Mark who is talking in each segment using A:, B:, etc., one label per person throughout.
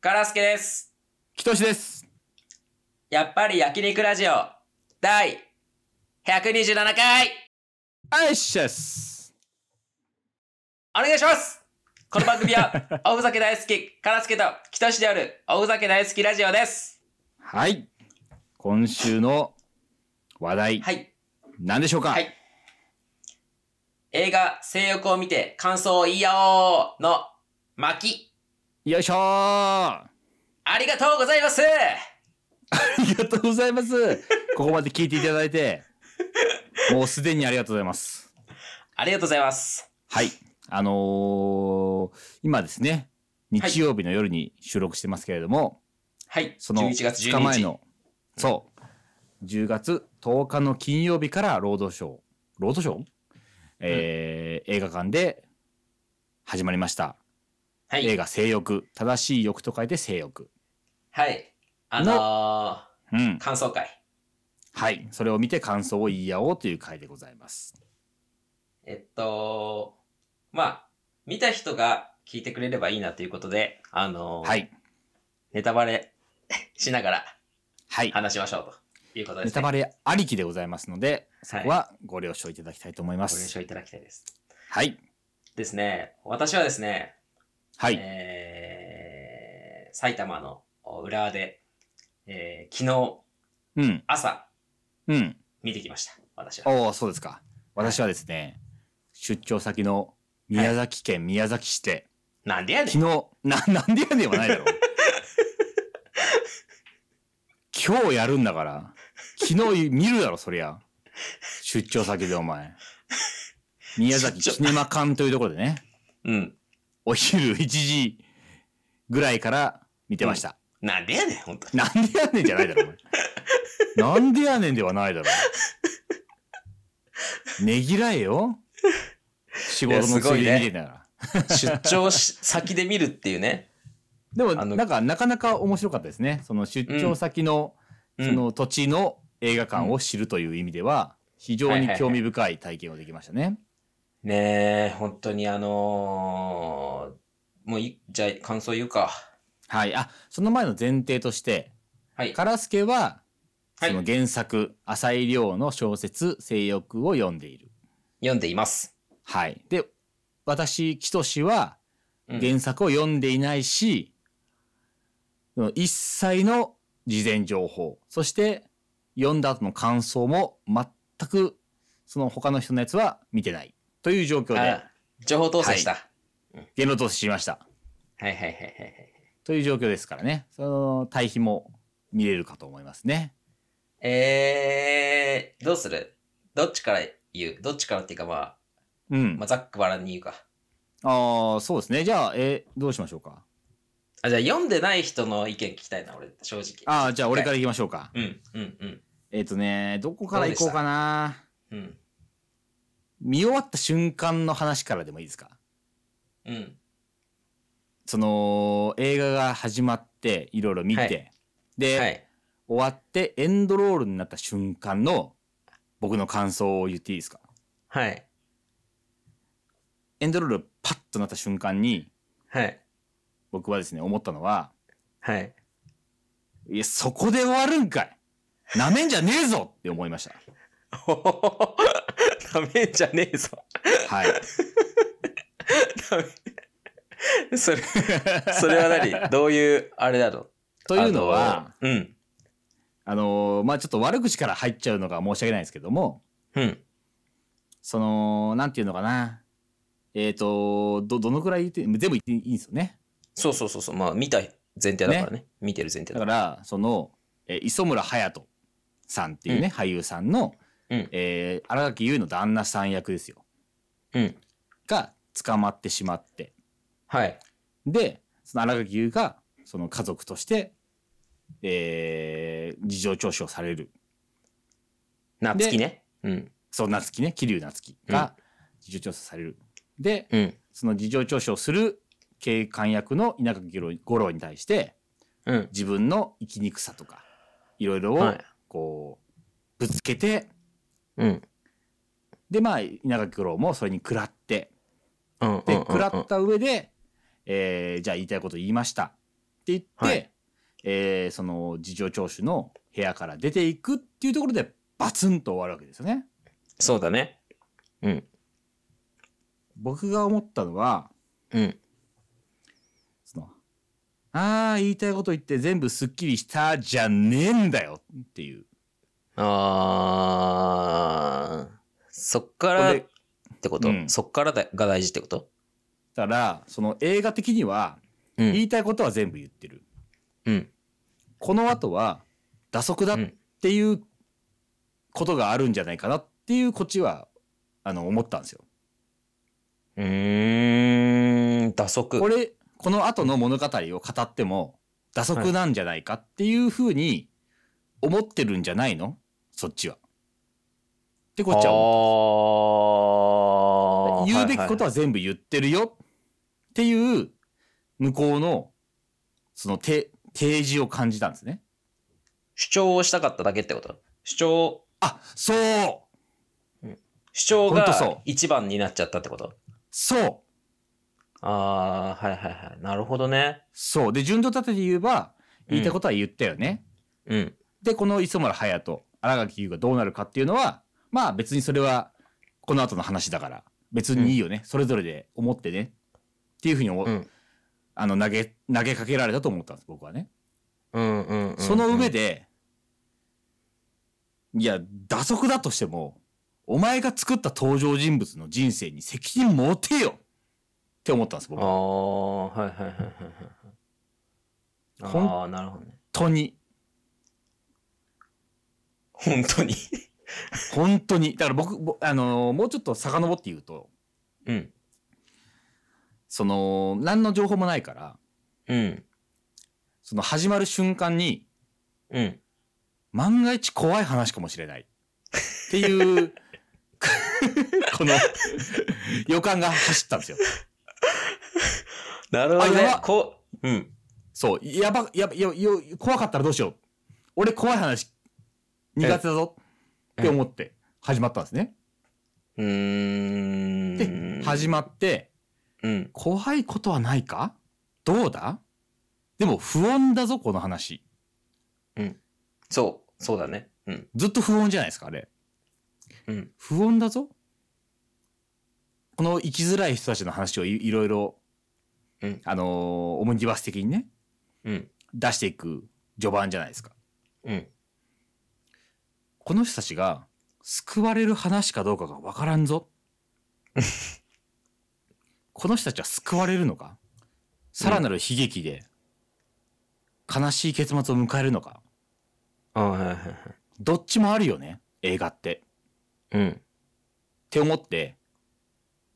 A: ガラスケです。
B: きとしです。
A: やっぱり焼肉ラジオ第127回
B: あいっしゃっす。
A: お願いしますこの番組 はおふざけ大好きガラスケとキトシであるおふざけ大好きラジオです。
B: はい。今週の話題、
A: はい。
B: 何でしょうか、
A: はい。映画性欲を見て感想を言い合おうの巻
B: よいしょーあ
A: ありがとうございます
B: りがとうございます。 ここまで聞いていただいて、もうすでにありがとうございます。
A: ありがとうございます。
B: はい。あのー今ですね、
A: はい
B: 日曜日の夜に収録してますけれども、
A: はい。
B: その
A: 11月12
B: 2日
A: 日。
B: 前の、そう、10月10日の金曜日から労働省、労働省、えー映画館で始まりました。
A: は
B: 映
A: い。
B: 画性欲、正しい欲と書いて性欲。
A: はい。あの
B: うん
A: ー、。感想会。
B: はい。それを見て感想を言い合おうという回でございます。
A: えっと、まあ、見た人が聞いてくれればいいなということで、あのー
B: はい。
A: ネタバレしながら
B: はい。
A: 話しましょうということで
B: ネ
A: す、ね。
B: タバレありきでございますので、そ
A: はい
B: こはご了承いただきたいと思いま
A: ご了
B: す。
A: 承いただきたいです。
B: はい。
A: ですね、私はですね、
B: はい。
A: えー、埼玉の浦和で、えー、昨日
B: うん。
A: 朝
B: うん。
A: 見てきました、私は。
B: おお、そうですか。私はですね、出張先の宮崎県宮崎市で、
A: なんでやねん。
B: 昨日、な、 なんでやねんはないだろう。今日やるんだから、昨日見るだろ、そりゃ。出張先でお前。宮崎
A: 出張
B: シネマ館というところでね、
A: うん。
B: お昼1時ぐらいから見てました。
A: なんでやねん、本当に。
B: なんでやねんじゃないだろ、お前。なんでやねんで はないだろ。ねぎらえよ。仕事のついでに見てたから。
A: 出張 し先で見るっていうね。
B: でも、
A: あの
B: なんか、なかなか面白かったですね。その出張先の、
A: う
B: そ
A: ん。
B: の土地の映画館を知るという意味では、非常に興味深い体験をできましたね。
A: ねえ、本当にあのー、もうい、じゃあ感想言うか。
B: はい。あ、その前の前提として、
A: はい。
B: カラスケは、
A: は
B: その
A: い。
B: 原作、浅井亮の小説、性欲を読んでいる。
A: 読んでいます。
B: はい。で、私、キトシは、
A: うん
B: 原作を読んでいないし、その一切の事前情報、そして読んだ後の感想も全くその他の人のやつは見てないという状況で
A: あ情報統制した。
B: 言論投資しました
A: はい、はい、はいはいはい。
B: という状況ですからね、その対比も見れるかと思いますね。
A: えー、どうするどっちから言うどっちからっていうかまあ、
B: うん。
A: まあ、ざっくばらんに言うか。
B: ああ、そうですね。じゃあ、えーどうしましょうか。
A: あ、じゃあ読んでない人の意見聞きたいな、俺、正直。
B: ああ、じゃあ俺から行きましょうか。
A: うん、うん、うん、
B: えっ、とね、どこから行こうかな。
A: うん、
B: 見終わった瞬間の話からでもいいですか
A: うん、
B: その映画が始まっていろいろ見て、
A: はい
B: で、
A: はい。
B: 終わってエンドロールになった瞬間の僕の感想を言っていいですか
A: はい。
B: エンドロールパッとなった瞬間に
A: はい。
B: 僕はですね思ったのは
A: はい。
B: いやそこで終わるんかいなめんじゃねえぞって思いました
A: ほほほほ。ダメじゃねえぞ。
B: はい
A: それ、それは 何どういう、あれだろう
B: というのは、あの、
A: うん、
B: ーまあちょっと悪口から入っちゃうのが申し訳ないですけども
A: うん。
B: そのなんていうのかなえっ、とどどのくらい言って全部言っていいんですよね
A: そうそうそうそう。まあ、見た前提だからね。見てる前提
B: だ
A: だ
B: か
A: から
B: その、えー磯村勇斗さんっていうね、
A: うん
B: 俳優さんの、
A: うん
B: えー新垣結衣の旦那さん役ですよ
A: ら。うん。
B: が捕まってしまって
A: はい。
B: でその新垣結衣がその家族として、えー事情聴取をされる
A: 夏希ね。うん。
B: そう夏樹ね桐生夏樹が事情聴取される、で
A: うん。
B: その事情聴取をする警官役の稲垣吾郎に対して
A: うん。
B: 自分の生きにくさとかいろいろを
A: はい
B: こう、ぶつけて
A: うん。
B: でまあ稲垣吾郎もそれに食らって
A: うん。
B: で
A: うん
B: 食らっ。た上で、えーじゃあ言いたいこと言いましたっっていって、
A: はい
B: えーその事情聴取の部屋から出ていくっていうところでバツンと終わるわけですよね。
A: そうだね。うん。
B: 僕が思ったのは
A: うん。
B: そのああ言いたいこと言って全部すっきりしたじゃねえんだよっていう。
A: あー。そっからっ
B: で
A: てこと、
B: うん
A: そっからだが大事ってこと
B: だからその映画的には
A: う
B: 言
A: ん。
B: いたいことは全部言ってる。
A: うん。
B: この後は打足だっていうことがあるんじゃないかなっていうこっちはあの思ったんですよ。
A: うーん。打足。
B: これこの後の物語を語っても打足なんじゃないかっていうふうに思ってるんじゃないのそっちは。ってこっちは
A: あ
B: 思う
A: ー
B: 言うべきこと
A: は
B: は全部言ってるよっていう向こうのそのて提示を感じたんですね。
A: い主張をしたかっただけってこと主張、
B: あそう
A: 主張
B: ほんとそう
A: が一番になっちゃったってこと
B: そう
A: ああ、はいはいはい。なるほどね。
B: そう。で、順序立てて言えば、言いたいことは言ったよね。
A: うん。
B: で、この磯村隼人、新垣結衣がどうなるかっていうのは、まあ別にそれは、この後の話だから、別にいいよね。それぞれで思ってね。っていうふうに思、
A: うん
B: あの、投げ、投げかけられたと思ったんです、僕はね。
A: うんうんうん、うん。
B: その上で、いや、打足だとしても、お前が作った登場人物の人生に責任持てよって思ったんです、僕
A: あ
B: は。
A: あ、はいはいはいはいはい。
B: ほん
A: ああ、なるほどね。
B: 本当
A: 本
B: に。
A: 当に。
B: 本当に。だから僕、ぼあのーもうちょっと遡って言うと、
A: うん。
B: その、何の情報もないから、
A: うん。
B: その始まる瞬間に、
A: うん。
B: 万が一怖い話かもしれない。っていう、この、予感が走ったんですよ。
A: なるほど
B: あや
A: ね
B: ば。
A: こう。うん。
B: そう、やば、やば、やば、よ怖かったらどうしよう。俺怖い話、苦手だぞって思って始まったんですね。
A: うーん。
B: で、始まって、
A: うん。
B: 怖いことはないかどうだでも不穏だぞ、この話。
A: そう。そうだね。うん。
B: ずっと不穏じゃないですか、あれ。
A: うん。
B: 不穏だぞこの生きづらい人たちの話をいいろいろ、
A: うん
B: あのーオムニバス的にね、
A: うん。
B: 出していく序盤じゃないですか。
A: うん。
B: この人たちが救われる話かどうかがわから んぞ。この人たちは救われるのかさらなる悲劇で悲しい結末を迎えるのか
A: ああ、はいはいはい。
B: どっちもあるよね、映画って。
A: うん。
B: って思って、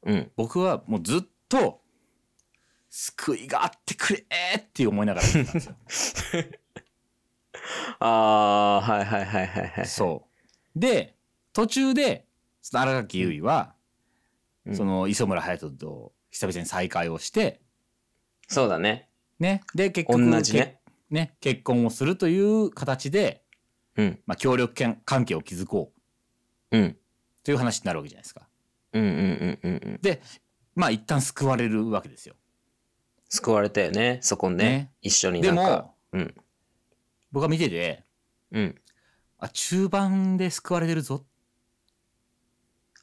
A: うん。
B: 僕はもうずっと、救いがあってくれーって思いながら見てたんですよ。
A: ああ、はいはいはいはいはい。
B: そう。で、途中で、その荒垣結衣は、
A: うん
B: その磯村隼人と久々に再会をして、
A: そうだね。
B: ね。で、結
A: 同
B: 局、
A: じね。
B: けね結婚をするという形で、
A: うん。
B: まあ、協力権関係を築こう
A: うん。
B: という話になるわけじゃないですか。
A: うんうんうんうんうん。
B: まあ、一旦救われるわけですよ。
A: 救われたよね。そこね。
B: ね
A: 一緒に
B: で
A: なんか。
B: も、
A: うん。
B: 僕が見てて、
A: うん。
B: あ、中盤で救われてるぞ。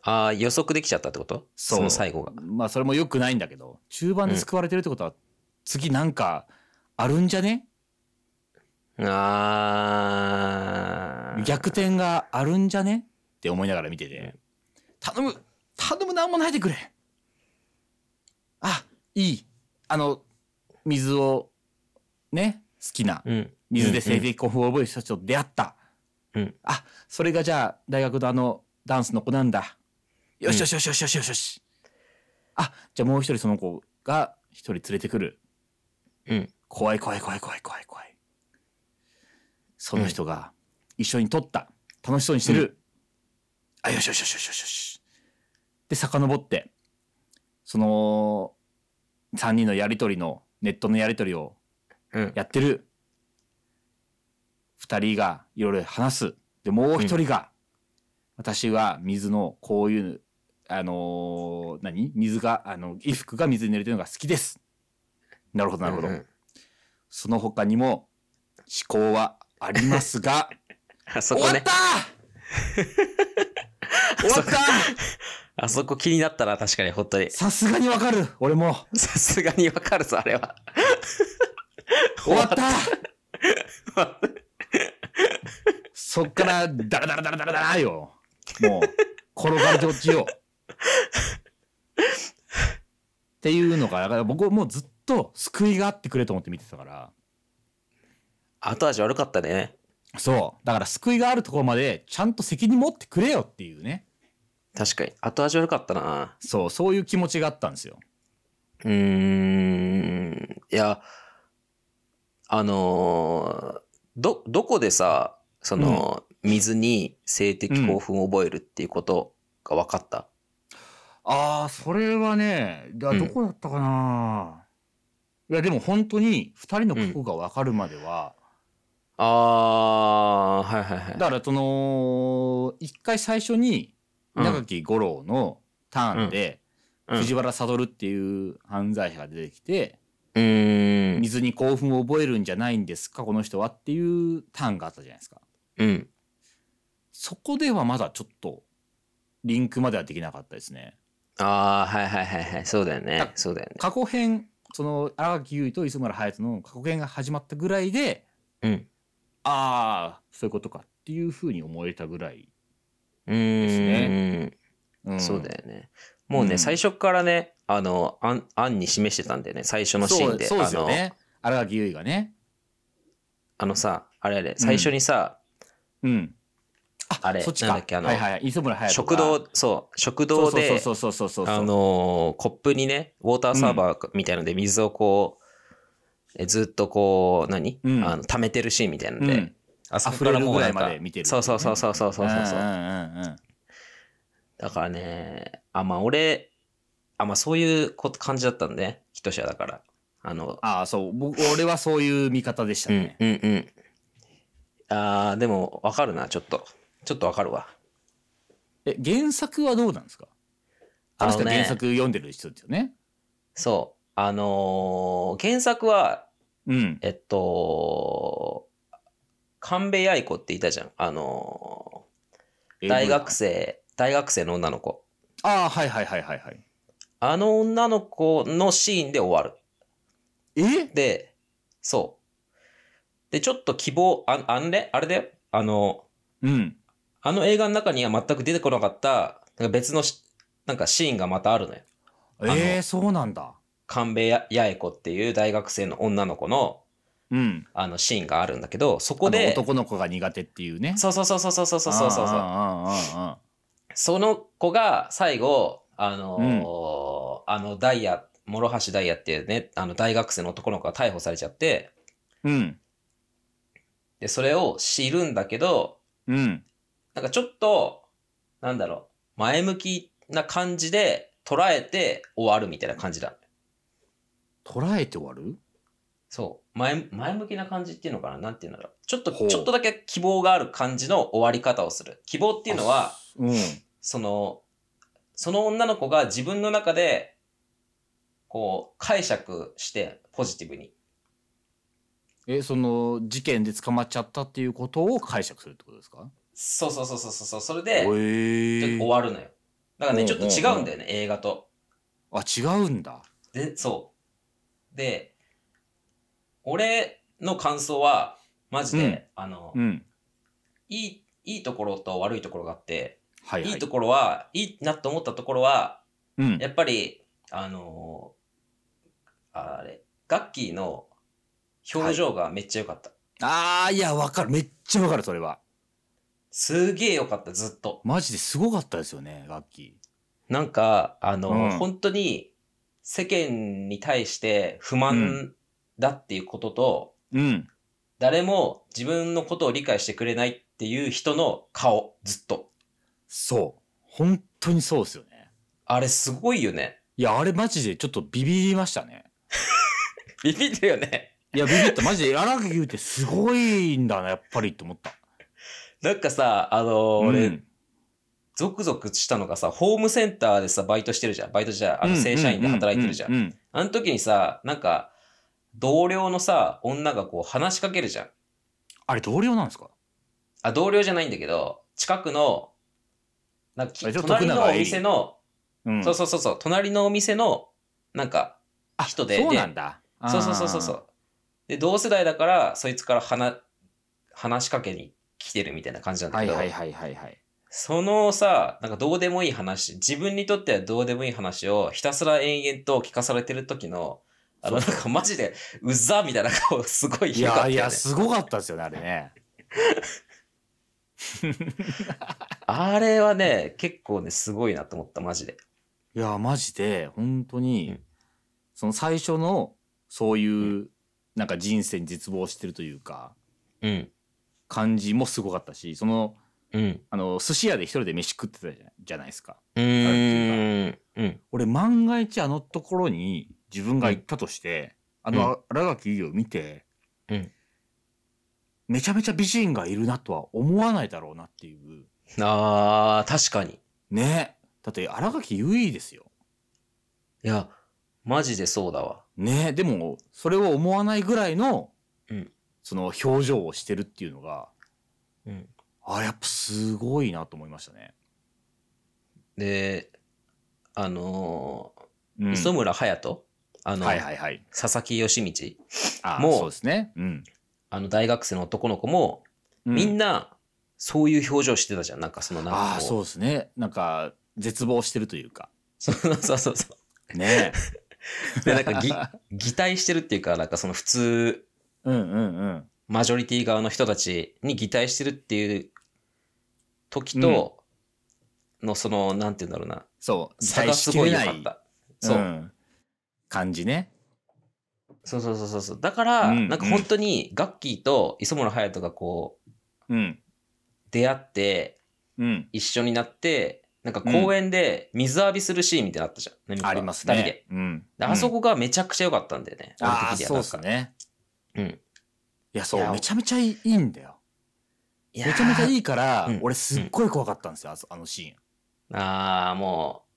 A: ああ、予測できちゃったってこと
B: そう
A: の最後が。
B: まあ、それも良くないんだけど、中盤で救われてるってことは、次なんかあるんじゃね
A: ああ。
B: 逆転があるんじゃねって思いながら見てて、頼む、頼む、なんもないでくれ。あ、いい。あの、水を、ね、好きな、
A: うん。
B: 水で性的興奮を覚える人たちと出会った。
A: うん
B: あ、それがじゃあ、大学のあの、ダンスの子なんだ。よ
A: う
B: し
A: ん
B: よしよしよしよしよしよし。あ、じゃあもう一人その子が一人連れてくる。
A: うん。
B: 怖い怖い怖い怖い怖い怖い。その人が一緒に撮った。楽しそうにしてる。あ、よしよしよしよしよしよし。で、遡って、その、3人のやりとりの、ネットのやりとりを
A: うん。
B: やってる。2人がいろいろ話す。で、もう1人が、私は水のこういう、あのー何水が、あの、衣服が水に濡れてるのが好きです。なるほど、なるほど。
A: うん
B: その他にも思考はあります が、
A: あそ
B: 終
A: こ
B: わっ
A: ね。
B: た終わった
A: あそこ気になったな、確かに、本当に。
B: さすがにわかる俺も
A: さすがにわかるぞ、あれは。
B: 終わったそっからダラダラダラダラダラよもう転がり落ちよっていうのがだから僕はもうずっと救いがあってくれと思って見てたから
A: 後味悪かったね。
B: そうだから救いがあるところまでちゃんと責任持ってくれよっていうね
A: 確かに。後味悪かったな。
B: そうそういう気持ちがあったんですよ
A: うーん。いや、あのーど、どこでさ、その、水に性的興奮を覚えるっていうことが分かった、
B: ああそれはねだ
A: うん
B: どこだったかな、いやでも本当に2人の過去が分かるまでは、
A: ああー、はいはいはい。
B: だからその一回最初に
A: うん
B: 長木五郎のターンで
A: うん
B: 藤原悟っていう犯罪者が出てきて、
A: うーん。
B: 水に興奮を覚えるんじゃないんですかこの人はっていうターンがあったじゃないですか
A: うん。
B: そこではまだちょっとリンクまではできなかったですね
A: ああ、はいはいはいはい。そうだよね
B: だ。
A: そうだよね。
B: 過去編その荒垣結衣と磯村隼人の過去編が始まったぐらいで
A: うん。
B: ああそういうことかっていうふうに思えたぐらい、
A: うーん。
B: うん
A: そうだよね。もうね、
B: うん
A: 最初からね、あの、あん、あんに示してたんだよね。最初のシーンで。
B: そうそうですよ
A: あの、
B: ね荒垣結衣がね
A: あのさ、あれあれ、最初にさ、
B: うん
A: あれ
B: そっち
A: なん
B: か
A: だっけあの
B: はいはいはい、磯村隼人
A: 食
B: が
A: 堂、そう、食堂で、
B: そうそうそうそうそうそうそう
A: あのーコップにね、ウォーターサーバーみたいので水をこう、えずっとこう、何、
B: うん
A: あの溜めてるシーンみたいな
B: う
A: の
B: ん
A: で、
B: うん
A: あそこからもうなん
B: 溢れるぐ
A: から
B: いまで見てる
A: そうそうそうそうそうそうそう。
B: うんうんうん
A: だからね、あ、まあ俺、あ、まあそういうこと感じだったんで、ね、ヒトシはだから。あの、
B: ああそう僕俺はそういう見方でし
A: う
B: たね、
A: んうんうん。あーでもわかるな、ちょっと。ちょっとわかるわ。
B: え原作はどうなんですかあの人
A: あのね
B: 原作読んでる人ですよね
A: そう。あのー原作は、
B: うん
A: えっと、神戸愛子っていたじゃん。あのー大学生、大学生の女の子。
B: ああはいはいはいはいはい
A: あの女の子のシーンで終わる。
B: え
A: で、そう。で、ちょっと希望、ああんれあれだよ。あの、
B: うん
A: あの映画の中には全く出てこなかった、なんか別のし、なんかシーンがまたあるのよ。の
B: えー、そうなんだ
A: 神戸や八重子っていう大学生の女の子の、
B: うん
A: あの、シーンがあるんだけど、そこ
B: あの
A: で、
B: 男の子が苦手っていうね
A: そうそうそうそうそうそうそうそうそうそう。
B: あ
A: その子が最後、あのーあのダイヤ、諸橋ダイヤっていうね、あの大学生の男の子が逮捕されちゃって、
B: ーあーあーあーうん
A: で、それを知るんだけど、
B: うん
A: なんかちょっと、なんだろう、前向きな感じで捉えて終わるみたいな感じだ。
B: 捉えて終わる
A: そう。前、前向きな感じっていうのかななんていうんだろう。ちょっと、
B: ほう
A: ちょっとだけ希望がある感じの終わり方をする。希望っていうのは、
B: うん
A: その、その女の子が自分の中で、こう、解釈して、ポジティブに。
B: えその事件で捕まっちゃったっていうことを解釈するってことですか
A: そうそうそうそうそう、それで、
B: え
A: 終わるのよ。だから
B: う
A: ね、
B: ん
A: ちょっと違うんだよね、映画と。
B: あ違うんだ
A: で、そう。で、俺の感想は、マジで、あの、
B: うん
A: いい、いいところと悪いところがあって、
B: はいはい
A: いところは、いいなと思ったところは、
B: うん
A: やっぱり、あのーあれ、ガッキーの表情がめっちゃ良かった。
B: あーいやわかるめっちゃわかるそれは
A: すげえ良かった、ずっと。
B: マジですごかったですよね楽器
A: なんか、あの、
B: うん
A: 本当に世間に対して不満だっていうことと、
B: うん
A: 誰も自分のことを理解してくれないっていう人の顔、ずっと。
B: そう本当にそうですよね
A: あれすごいよね。
B: いやあれマジでちょっとビビりましたね
A: ビビるよね。
B: いやビビったマジで荒木優ってすごいんだなやっぱりって思った
A: なんかさ、あのー俺、
B: うん
A: ゾクゾクしたのがさ、ホームセンターでさ、バイトしてるじゃん。バイトじゃ、あの、正社員で働いてるじゃん。
B: うんうんうん
A: あの時にさ、なんか、同僚のさ、女がこう話しかけるじゃん。
B: あれ同僚なんですか
A: あ、同僚じゃないんだけど、近くの、なんかき
B: あれちょっと
A: 隣の
B: 徳
A: お
B: 永エリ
A: 店の、
B: うん
A: そうそうそうそう、隣のお店の、なんか、
B: あ
A: 人で
B: そうなんだ
A: そうそうそうそうそうう。で、同世代だから、そいつから話、話しかけに来てるみたいな感じなんだ
B: は
A: け
B: い
A: ど、
B: はいはいはいはい
A: そのさ、なんかどうでもいい話、自分にとってはどうでもいい話をひたすら延々と聞かされてる時の、あの、なんかマジで、うざみたいな顔、すごい
B: い
A: ひどかった
B: や
A: よね
B: いやすごかったですよねあれね
A: あれはね、結構ね、すごいなと思った、マジで。
B: いやマジで本当に、
A: うん
B: その最初のそういう、なんか人生に絶望してるというか
A: うん。
B: 感じもすごかったしその
A: うん。
B: あの寿司屋で一人で飯食ってたじゃじゃないですか
A: うーん。うん。
B: 俺万が一あのところに自分が行ったとして、
A: ん
B: あの新垣結衣を見て、
A: うん
B: めちゃめちゃ美人がいるなとは思わないだろうなっていう
A: あー、確かに。
B: ねだって新垣結衣ですよ
A: いや、マジでそうだわ。
B: ねでもそれを思わないぐらいの、
A: うん
B: その表情をしてるっていうのが
A: うん。
B: あやっぱすごいなと思いましたね、
A: で、あの
B: うん
A: ー、磯村勇斗あの、
B: はいはいはい
A: 佐々木義道
B: あ
A: もう
B: そうですねうん、
A: あの、大学生の男の子も、みん
B: な
A: な、そういう表情してたじゃん。なんかその、なん
B: あ
A: か
B: あ
A: こ
B: そう
A: う。
B: ですねなんか絶望してるというか
A: そうそうそうそ
B: ね
A: う。 で、なんか ぎ、擬態してるっていうか、なんかその普通、
B: うんうんうん
A: マジョリティ側の人たちに擬態してるっていう時と、のその、なんて言うんだろうな、
B: そう、
A: 差がすごい良かった。そうう。
B: ん感じね。
A: そうそうそうそうそう。だから、
B: うん
A: なんか本当に、ガッキーと磯村勇斗がこう、
B: うん。
A: 出会って、
B: うん。
A: 一緒になって、なんか公園で水浴びするシーンみたいなのあったじゃん。何か
B: あります
A: 二人
B: ね
A: で。。
B: うん。
A: であそ
B: こ、
A: こがめちゃくちゃ良かったんだよね。
B: ああ、
A: 俺的
B: そ
A: に
B: う
A: は
B: っす。ね。
A: なんかうん。
B: いや、そ、
A: いうや
B: めちゃめちゃいいいいんだよ。
A: いやー
B: めちゃめちゃいいから
A: うん、
B: 俺すっごい怖かったんですよ、あそあのシーン。
A: ああ、もう、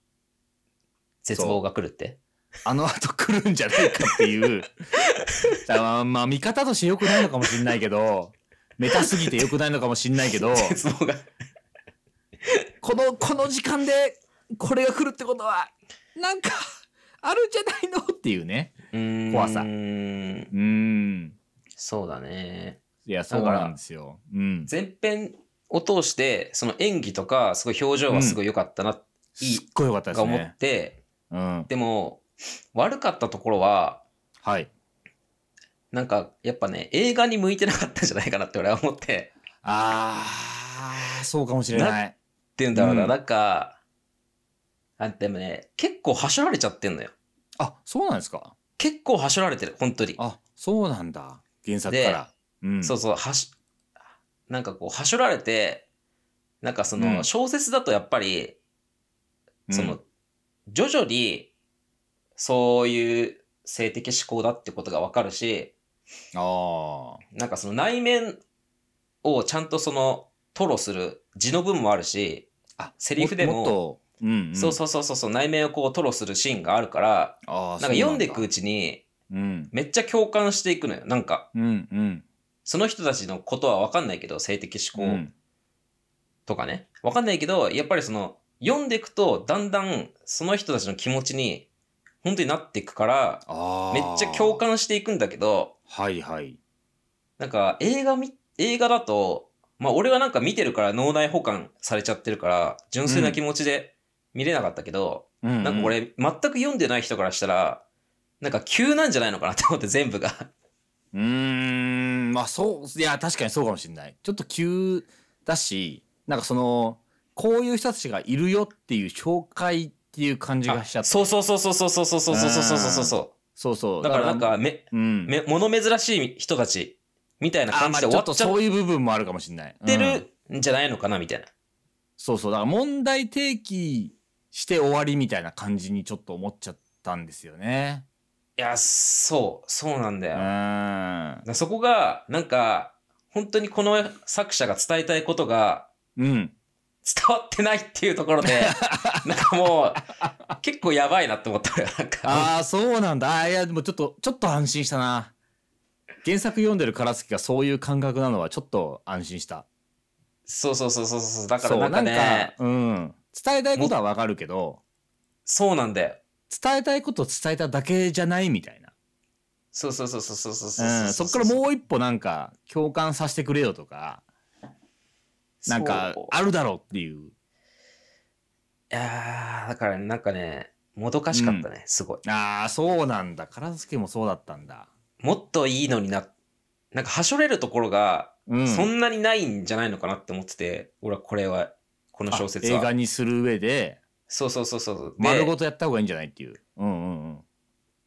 A: 絶望が来るって。
B: あの後来るんじゃないかって いう。だまあ、まあ、見方として良くないのかもしんないけど、メタすぎて良くないのかもしんない け ど、
A: 絶望が。
B: この、この時間でこれが来るってことは、なんか、あるんじゃないのっていうね。
A: うーん
B: 怖さうん。
A: そうだね。
B: いや、そ
A: だ
B: う
A: から
B: なんですよ。うん。
A: 前編を通して、その演技とか、すごい表情はすごい良かったな、いい
B: すっごい良かったで
A: が
B: す
A: 思
B: ね
A: っ。て、
B: うん。
A: でも、悪かったところは、
B: はい。
A: なんか、やっぱね、映画に向いてなかったんじゃないかなって俺は思って。
B: あー、そうかもしれない。
A: っていうんだろうな、
B: うん
A: なんか、あ、でもね、結構はしょられちゃってんのよ。
B: あ、そうなんですか。
A: 結構はしょられてる、本当に。
B: あ、そうなんだ。原作から。うん。
A: そうそう、はし、なんかこう、はしょられて、なんかそうの、
B: ん
A: 小説だとやっぱり、
B: うん
A: その、、徐々に、そういう性的思考だってことがわかるし、
B: あ
A: なんかその内面をちゃんとその、吐露する字の文もあるし、
B: ー。あ、
A: セリフでも
B: っと、うん、うん。
A: そうそうそうそうそう、内面をこう吐露するシーンがあるから、
B: あー
A: なんか読んでいく
B: そう
A: ちに、
B: なんだ
A: めっちゃ共感していくのよ。なんか、
B: うん。うん、うん。
A: その人たちのことは分かんないけど、性的
B: う
A: 思考
B: ん
A: とかね。分かんないけど、やっぱりその、読んでいくと、だんだんその人たちの気持ちに、本当になっていくから、
B: あー
A: めっちゃ共。感していくんだけど、
B: はいはい。
A: なんか映画み、映画だと、まあ俺はなんか見てるから脳内保管されちゃってるから、純粋な気持ちで見れなかったけど、
B: うう
A: なんかこ、れ全く読んでない人からしたら、なんか急なんじゃないのかなって思って全部が。
B: うーん、まあそう、いや、確かにそうかもしれない。ちょっと急だし、なんかその、こういう人たちがいるよっていう紹介っていう感じがしちゃって。
A: そうそうそうそうそうそうそうそうそうそうそうそ。
B: そうそうう。
A: だからなんか、め、
B: うん。
A: め、物珍しい人たち、みたいな
B: あー
A: 感
B: ま
A: じ
B: あ
A: で終
B: ちょ
A: わ
B: っと
A: っちゃっ
B: そういう部分もあるかもしれない。
A: て
B: うん
A: るんじゃないのかな、みたいな。
B: そうそう。だから問題提起して終わりみたいな感じにちょっと思っちゃったんですよね。
A: いや、そう、そうなんだ
B: う
A: よ。だか
B: ん。
A: らそこが、なんか、本当にこの作者が伝えたいことが、
B: うん。
A: 伝わってないっていうところで、なんかもう、結構やばいなって思った俺はなんか、
B: ああ、そうなんだ。あーいや、でもちょっと、ちょっと安心したな。原作読んでる唐月がそういう感覚なのはちょっと安心した。
A: そうそうそうそうそう、だか
B: そ
A: ら
B: う、
A: な
B: なんん
A: か
B: か,、
A: ね、
B: うん。伝えたいことはわかるけど、
A: そうなんだよ。
B: 伝えたいことを伝えただけじゃないみたいな。
A: そうそうそうそうそうそう
B: うん。そっからもう一歩なんか、共感させてくれよとか、なんか
A: そう、
B: あるだろうっていう。
A: いやーだからなんかね、もどかしかったね、すごい。
B: ああ、そうなんだ。唐月もそうだったんだ。
A: もっといいのにな、なんかはしょれるところが、
B: うん。
A: そんなにないんじゃないのかなって思ってて、俺はこれは、この小説
B: あ映画
A: は。
B: にする上で、
A: そうそうそうそう。で
B: 丸ごとやった方がいいんじゃないっていう。うんうん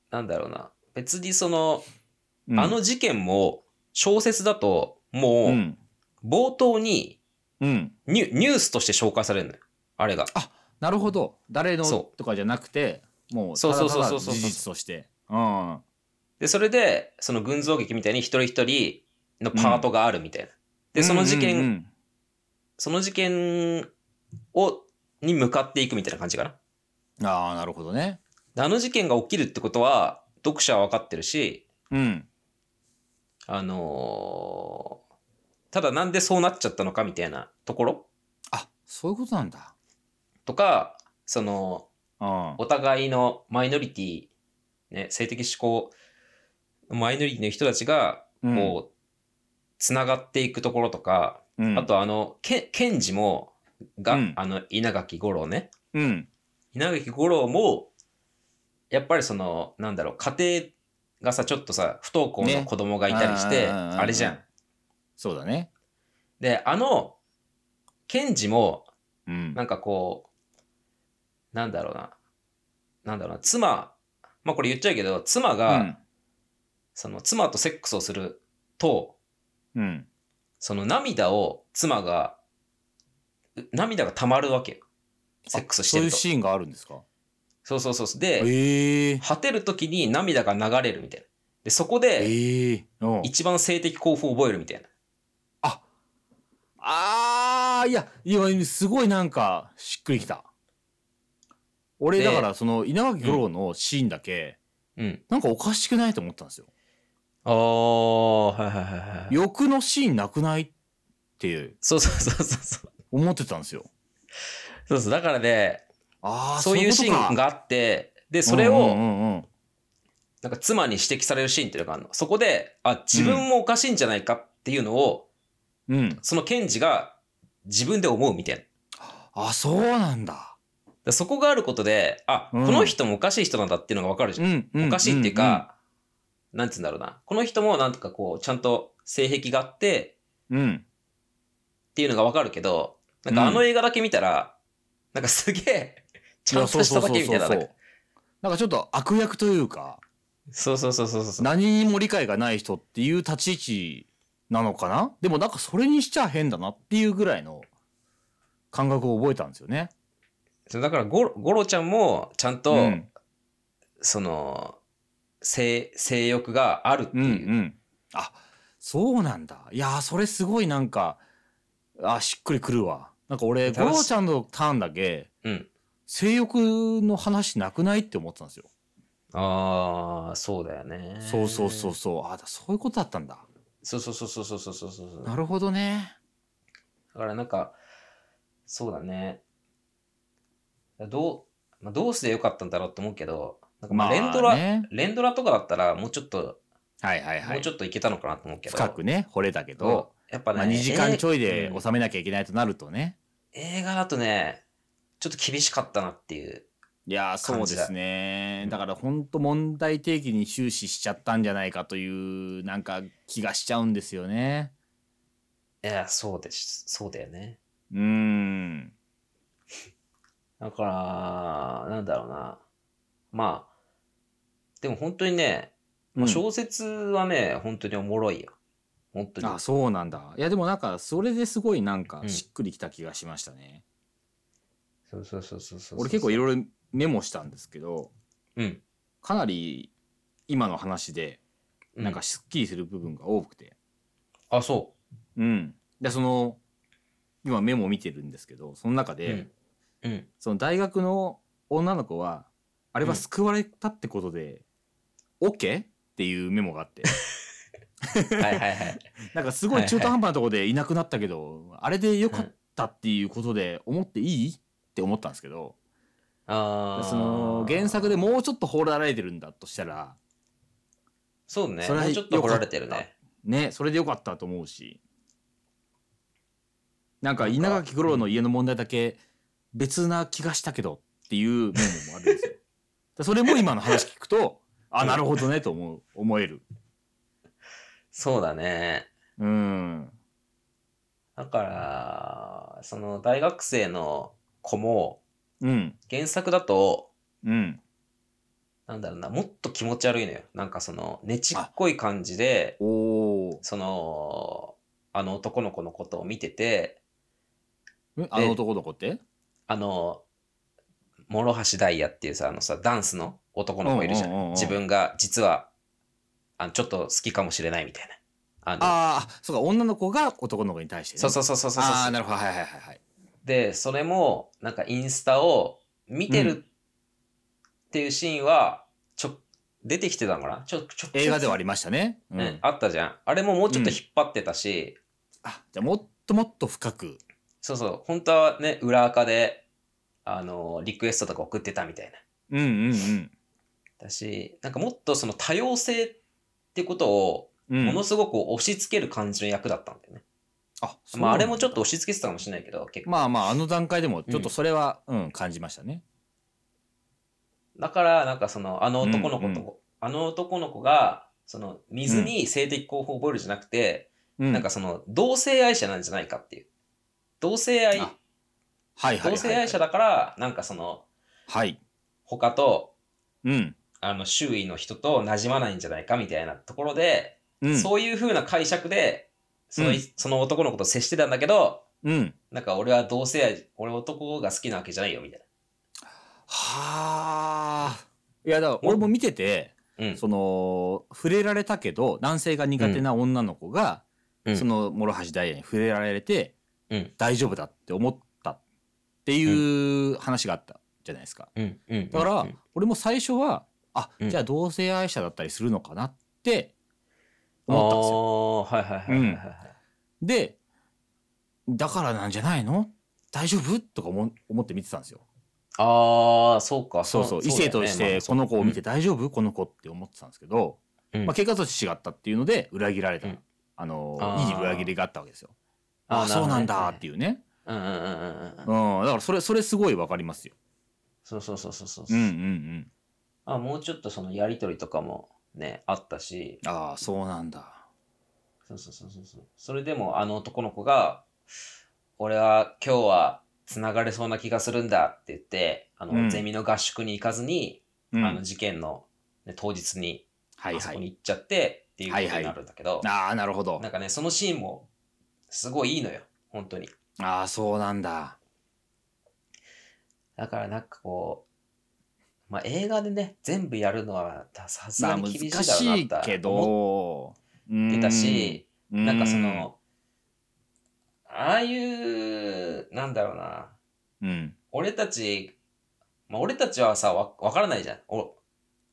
A: なんだろうな。別にその、
B: うん。
A: あの事件も小説だと、も
B: う。
A: うん冒頭に
B: うん。
A: ニュニュースとして紹介されるのよ。あれが。
B: なるほど。誰の
A: そ
B: とかじゃなくて、もう
A: そ
B: た
A: うそう
B: だ
A: そ
B: た
A: う
B: だ
A: そうそう
B: 事実として。うん。
A: で、それで、その群像劇みたいに一人一人のパートがあるみたいな。で、その事件、
B: うんうんうん
A: その事件を、に向かっていくみたいな感じかな。
B: ああ、なるほどね。
A: であの事件が起きるってことは、読者は分かってるし、
B: うん。
A: あのーただなんでそうなっちゃったのかみたいなところ
B: あ、そういうことなんだ。
A: とか、その、
B: うん。
A: お互いのマイノリティ、ね、性的指向、マイノリティの人たちが、
B: うん
A: こう、つながっていくところとか、
B: うん
A: あ、とあの、け、検事も、が、
B: うん
A: あの、稲垣吾郎ね。
B: うん。
A: 稲垣吾郎も、やっぱりその、なんだろう、家庭がさ、ちょっとさ、不登校の
B: ね
A: 子供がいたりして、
B: うんうんうんうん
A: あれじゃん。
B: そうだね。
A: で、あの、検事も、
B: うん。
A: なんかこう、なんだろうな。なんだろうな。妻、まあこれ言っちゃうけど、妻が、その妻とセックスをすると、
B: うん。うん。
A: その涙を妻が、う涙が溜まるわけよ。セックスしてる
B: あ
A: と。
B: そういうシーンがあるんですか
A: そうそうそうそう。で、
B: ええ。
A: 果てる時に涙が流れるみたいな。で、そこで、
B: ええ。うん
A: 一番性的興奮を覚えるみたいな。
B: ああーいや、今、すごいなんか、しっくりきた。俺、
A: で
B: だから、その、稲垣吾郎のシーンだけ、
A: うん。
B: なんかおかしくないと思ったんですよ。
A: ああ、はいはいはいはい。
B: 欲のシーンなくないって
A: そうそうそうそうそう。
B: 思ってたんですよ。
A: そうそう。だからね、
B: ああ、
A: そういうシーンがあって、で、それを、
B: うんうんうんうん
A: なんか妻に指摘されるシーンっていうのがあるの。そこで、あ、自分もおかしいんじゃないかっていうのを、
B: うん。
A: その検事が自分で思うみたいな。だか
B: あ、そうなんだ。
A: らそこがあることで、あ、
B: うん
A: この人もおかしい人なんだっていうのがわかるじゃん。
B: ん、
A: おかしいっていうか、なんつうんだろうな。この人もなんとかこう、ちゃんと性癖があって
B: うん、うん。
A: っていうのがわかるけど、なんかあの映画だけ見たら、なんかすげえ、ちゃんとしただけみたいな。
B: そ
A: なん
B: うそうそうそう
A: か
B: なんかちょっと悪役というか、
A: そうそうそうそうそう。
B: 何にも理解がない人っていう立ち位置なのかなでもなんかそれにしちゃ変だなっていうぐらいの感覚を覚えたんですよね。
A: そうだからゴロ、ゴロちゃんも、ちゃんと、
B: うん、
A: その、性、性欲があるって
B: うん、う
A: いう。
B: ん。あ、そうなんだ。いやー、それすごいなんか、あ、しっくりくるわ。なんか俺、
A: 楽
B: ゴ
A: しい
B: ロちゃんのターンだけ、
A: うん
B: 性欲の話なくないって思ってたんですよ。
A: ああ、そうだよね。
B: そうそうそう。そう。あ、だそういうことだったんだ。
A: そうそうそうそうそうそうそうそう。
B: なるほどね。
A: だからなんか、そうだね。どう、まあ、どうしてよかったんだろうって思うけど、なんかまあ連ドラ、
B: ね、
A: 連ドラとかだったらもうちょっと、
B: はいはいは
A: もう
B: い
A: ち。ょっといけたのかなと思うけど。
B: 深くね、惚れたけ
A: そう
B: ど、
A: やっぱね、
B: まあ、2時間ちょい
A: え
B: で
A: ー
B: 収めなきゃいけないとなるとね。
A: 映画だとね、ちょっと厳しかったなっていう。
B: いやー、そうですね。だから本当問題提起に終始しちゃったんじゃないかという、なんか気がしちゃうんですよね。
A: いや、そうです。そうだよね。
B: うーん。
A: だから、なんだろうな。まあ、でも本当にね、ま
B: う
A: あ、
B: ん
A: 小説はね、本当におもろいよ。本当に。
B: あ、そうなんだ。いや、でもなんか、それですごいなん
A: う
B: か
A: ん
B: しっくりきた気がしましたね。
A: そうそうそうそうそう。
B: 俺結構いろいろメモしたんですけど、
A: うん。
B: かなり今の話で、
A: うん
B: なんかすっきりする部分が多くて。
A: あ、そ
B: うん。で、その、今メモを見てるんですけどその中で、
A: うんうん。
B: その大学の女の子はあれは救われたってことで、OK? っていうメモがあって
A: はいはいはい。
B: なんかすごい中途半端なところでいなくなったけど、あれ でよかったっていうことで思っていいって思ったんですけど
A: ああ。
B: その原作でもうちょっと放られてるんだとしたら
A: そうね。
B: それは
A: もうちょっと掘られてるね。
B: ねそれでよかったと思うしなんか稲垣吾郎の家の問題だけ別な気がしたけどっていう面もあるんですよ だそれも今の話聞くとあなるほどねと思う思える
A: そうだね。
B: うん
A: だから、その大学生の子も、
B: うん
A: 原作だと、
B: うん
A: なんだろうな、もっと気持ち悪いのよ。なんかその、ねちっこい感じで、
B: おお
A: その、あの男の子のことを見てて、
B: あの男の子って
A: あの、諸橋ダイヤっていうさ、あのさ、ダンスの男の子いるじゃ
B: うんうんうんうん
A: ん。自分が実は、あのちょっと好きかもしれないみたいな。あの
B: ああそうか女の子が男の子に対してね、
A: そうそうそうそうそうそう。
B: ああなるほどはいはいはいはい
A: で、それも、なんかインスタを見て
B: う
A: るっていうシーンは、ちょ、出てきてたのかなちょ、ちょ、
B: 映画ではありましたね、うん
A: ね、あったじゃん。あれももうちょっと引っ張ってたし、
B: あじゃあもっともっと深く
A: そうそう、本当はね、裏垢で、あの、リクエストとか送ってたみたいな。
B: うんうんうん
A: だし、なんかもっとその多様性ってことを、
B: うん
A: ものすごく押し付ける感じの役だったんだよね。
B: あそう
A: まあ、
B: な
A: あ
B: んだ
A: れもちょっと押し付けてたかもしれないけど、結構。
B: まあまああの段階でもちょっとそれは、うん感じましたね。
A: だから、なんかその、あの男の子と、
B: うんうん
A: あの男の子が、その、水に性的興奮を覚えるじゃなくて、
B: な
A: なんかその、同性愛者なんじゃないかっていう。同性愛、
B: あはいはい
A: 同
B: はい
A: 性
B: は
A: 愛
B: い
A: 者だから、なんかその、
B: はい。
A: 他と、
B: うん。
A: あの、周囲の人と馴染まないんじゃないかみたいなところで、
B: うん。
A: そういう風な解釈で、その、
B: うん
A: その男の子と接してたんだけど、
B: うん。
A: なんか俺は同性愛、俺男が好きなわけじゃないよ、みたい
B: はあ。いやだから俺も見てて、
A: な。うん。
B: その触れられたけど男性が苦手な女の子が、
A: うん
B: その諸橋ダイヤに触れられて、
A: うん
B: 大丈夫だって思ったっていう話があったじゃないですか。
A: うん。うん。
B: だから、
A: うん
B: 俺も最初はあ、
A: うん
B: じゃあ同性愛者だったりするのかなって
A: あ
B: 思ったんですよ。
A: ーはいはいはいはいはいはい。
B: で、だからなんじゃないの大丈夫とか思思って見てたんですよ。
A: ああ、そうか。
B: そうそう。異性としてこの子を見て、大丈夫、この子って思ってたんですけど、
A: うん
B: まあ、結果として違ったっていうので裏切られた。
A: うん
B: あの
A: あー
B: いい裏切りがあったわけですよ。
A: あー
B: ああ、そうな
A: なる
B: ん
A: ほ
B: だ
A: どね
B: っていうね。
A: そうだよねまあそううんうんうんうんうん。
B: うん。だからそれ、それすごいわかりますよ。
A: そうそうそうそうそう。
B: うんうんうん。
A: あもうちょっとそのやりとりとかもね、あったし、
B: ああ、そうなんだ。
A: そうそうそうそうそう。それでもあの男の子が、俺は今日は繋がれそうな気がするんだって言って、あの、
B: うん
A: ゼミの合宿に行かずに、
B: うん、
A: あの事件の、ね、当日に
B: はい
A: あそ
B: は
A: こ
B: い。
A: に行っちゃってっていうことになるんだけど、
B: ああ、なるほど
A: な。んかね、そのシーンもすごいいいのよ、本当に。
B: ああ、そうなんだ。
A: だからなんかこう、まあ、映画でね、全部やるのはたさす
B: ま
A: が
B: あ
A: に
B: 難
A: 厳しいだろうな
B: しい
A: と
B: け
A: は思
B: ど、
A: って
B: 出
A: たし、な
B: な
A: んかそ、の、ああいう、なんだろうな、
B: うん。
A: 俺たち、まあ、俺たちはさ、わわからないじゃん。お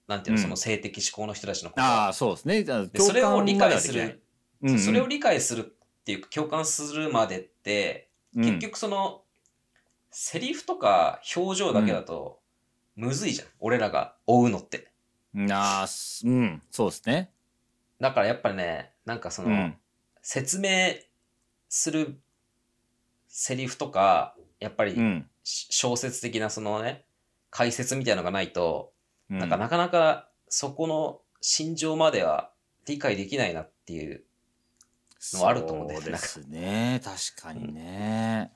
A: なんていうの、
B: うん
A: その性的思考の人たちのこと。
B: ああ、そうですね。じゃあ
A: でそれを理解す、
B: 共感
A: る、
B: まではできないうんうん
A: それを理解するっていうか、共感するまでって、結局その、セリフとか表情だけだと、むずいじゃん。俺らが追うのって。
B: うんああ、すうん、そうですね。
A: だからやっぱりね、なんかその、
B: うん。
A: 説明するセリフとか、やっぱ
B: う
A: り
B: ん。
A: し小説的なそのね、解説みたいのがないと、
B: うん
A: なんかなかなかそこの心情までは理解できないなっていう。のあると思うんだよ
B: そ
A: ね
B: うですね。確かにね。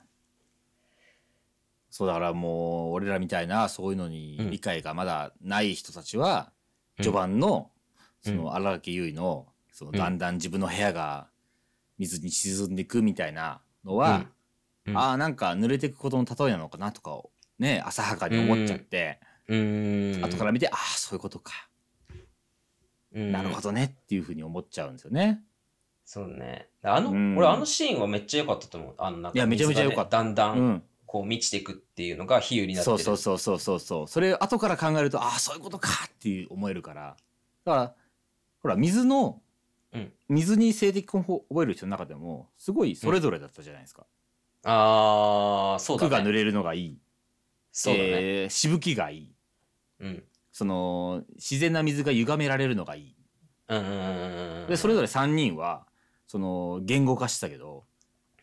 B: そうだからもう、俺らみたいな、そういうのに
A: うん
B: 理解がまだない人たちは、
A: うん
B: 序盤の、
A: うん
B: その荒木結衣の、その
A: うん
B: だんだん自分の部屋が水に沈んでいくみたいなの
A: うん
B: は、
A: うん
B: ああ、なんか濡れていくことの例えなのかなとかを、ね、浅はかに思っちゃって、
A: うーん。
B: 後から見て、ああ、そういうことか。
A: うん、
B: なるほどねっていうふうに思っちゃうんですよね。
A: そうね。あの、
B: うん
A: 俺あのシーンはめっちゃ良かったと思う。あのなんか
B: いやめちゃめちゃ良かった
A: 水がねだん
B: う
A: だん
B: ん。
A: こう満ちていくっていうのが比喩になって
B: そ
A: る。
B: うそうそうそうそうそう。それ後から考えると、ああ、そういうことかっていう思えるから。だから、ほら、水の、
A: うん
B: 水に性的根を覚える人の中でも、すごいそれぞれだったじゃないですか。
A: ああ、そうだ
B: 服が
A: ね。
B: 濡れるのがいい。
A: そうだね。
B: えーしぶきがいい。
A: うん。
B: その、自然な水が歪められるのがいい。
A: うんうんうんうん。
B: で、それぞれ3人は、その、言語化してたけど、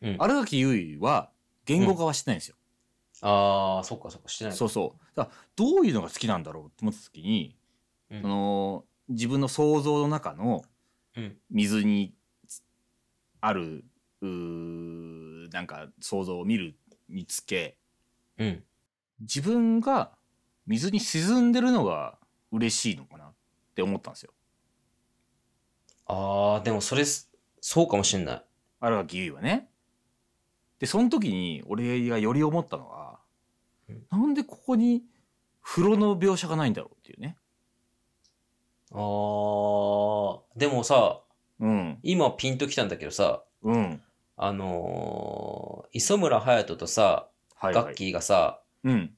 A: うん
B: 荒垣結衣は言語化はしてないんですよ。
A: ああ、そっかそっか、してない。
B: そうそう。だからどういうのが好きなんだろうって思った時に、
A: うん
B: その自分の想像の中の
A: うん
B: 水にある、うーなんか想像を見るにつけ、
A: うん。
B: 自分が水に沈んでるのが嬉しいのかなって思ったんですよ。
A: ああ、でもそれす、そうかもしんない。
B: 荒垣結衣はね。で、その時に俺がより思ったのは
A: うん、
B: なんでここに風呂の描写がないんだろうっていうね。
A: ああ、でもさ、
B: うん。
A: 今ピンときたんだけどさ、
B: うん。
A: あのー磯村勇斗とさ、
B: はい、
A: ガ
B: は
A: ッ
B: い。
A: キーがさ、
B: うん。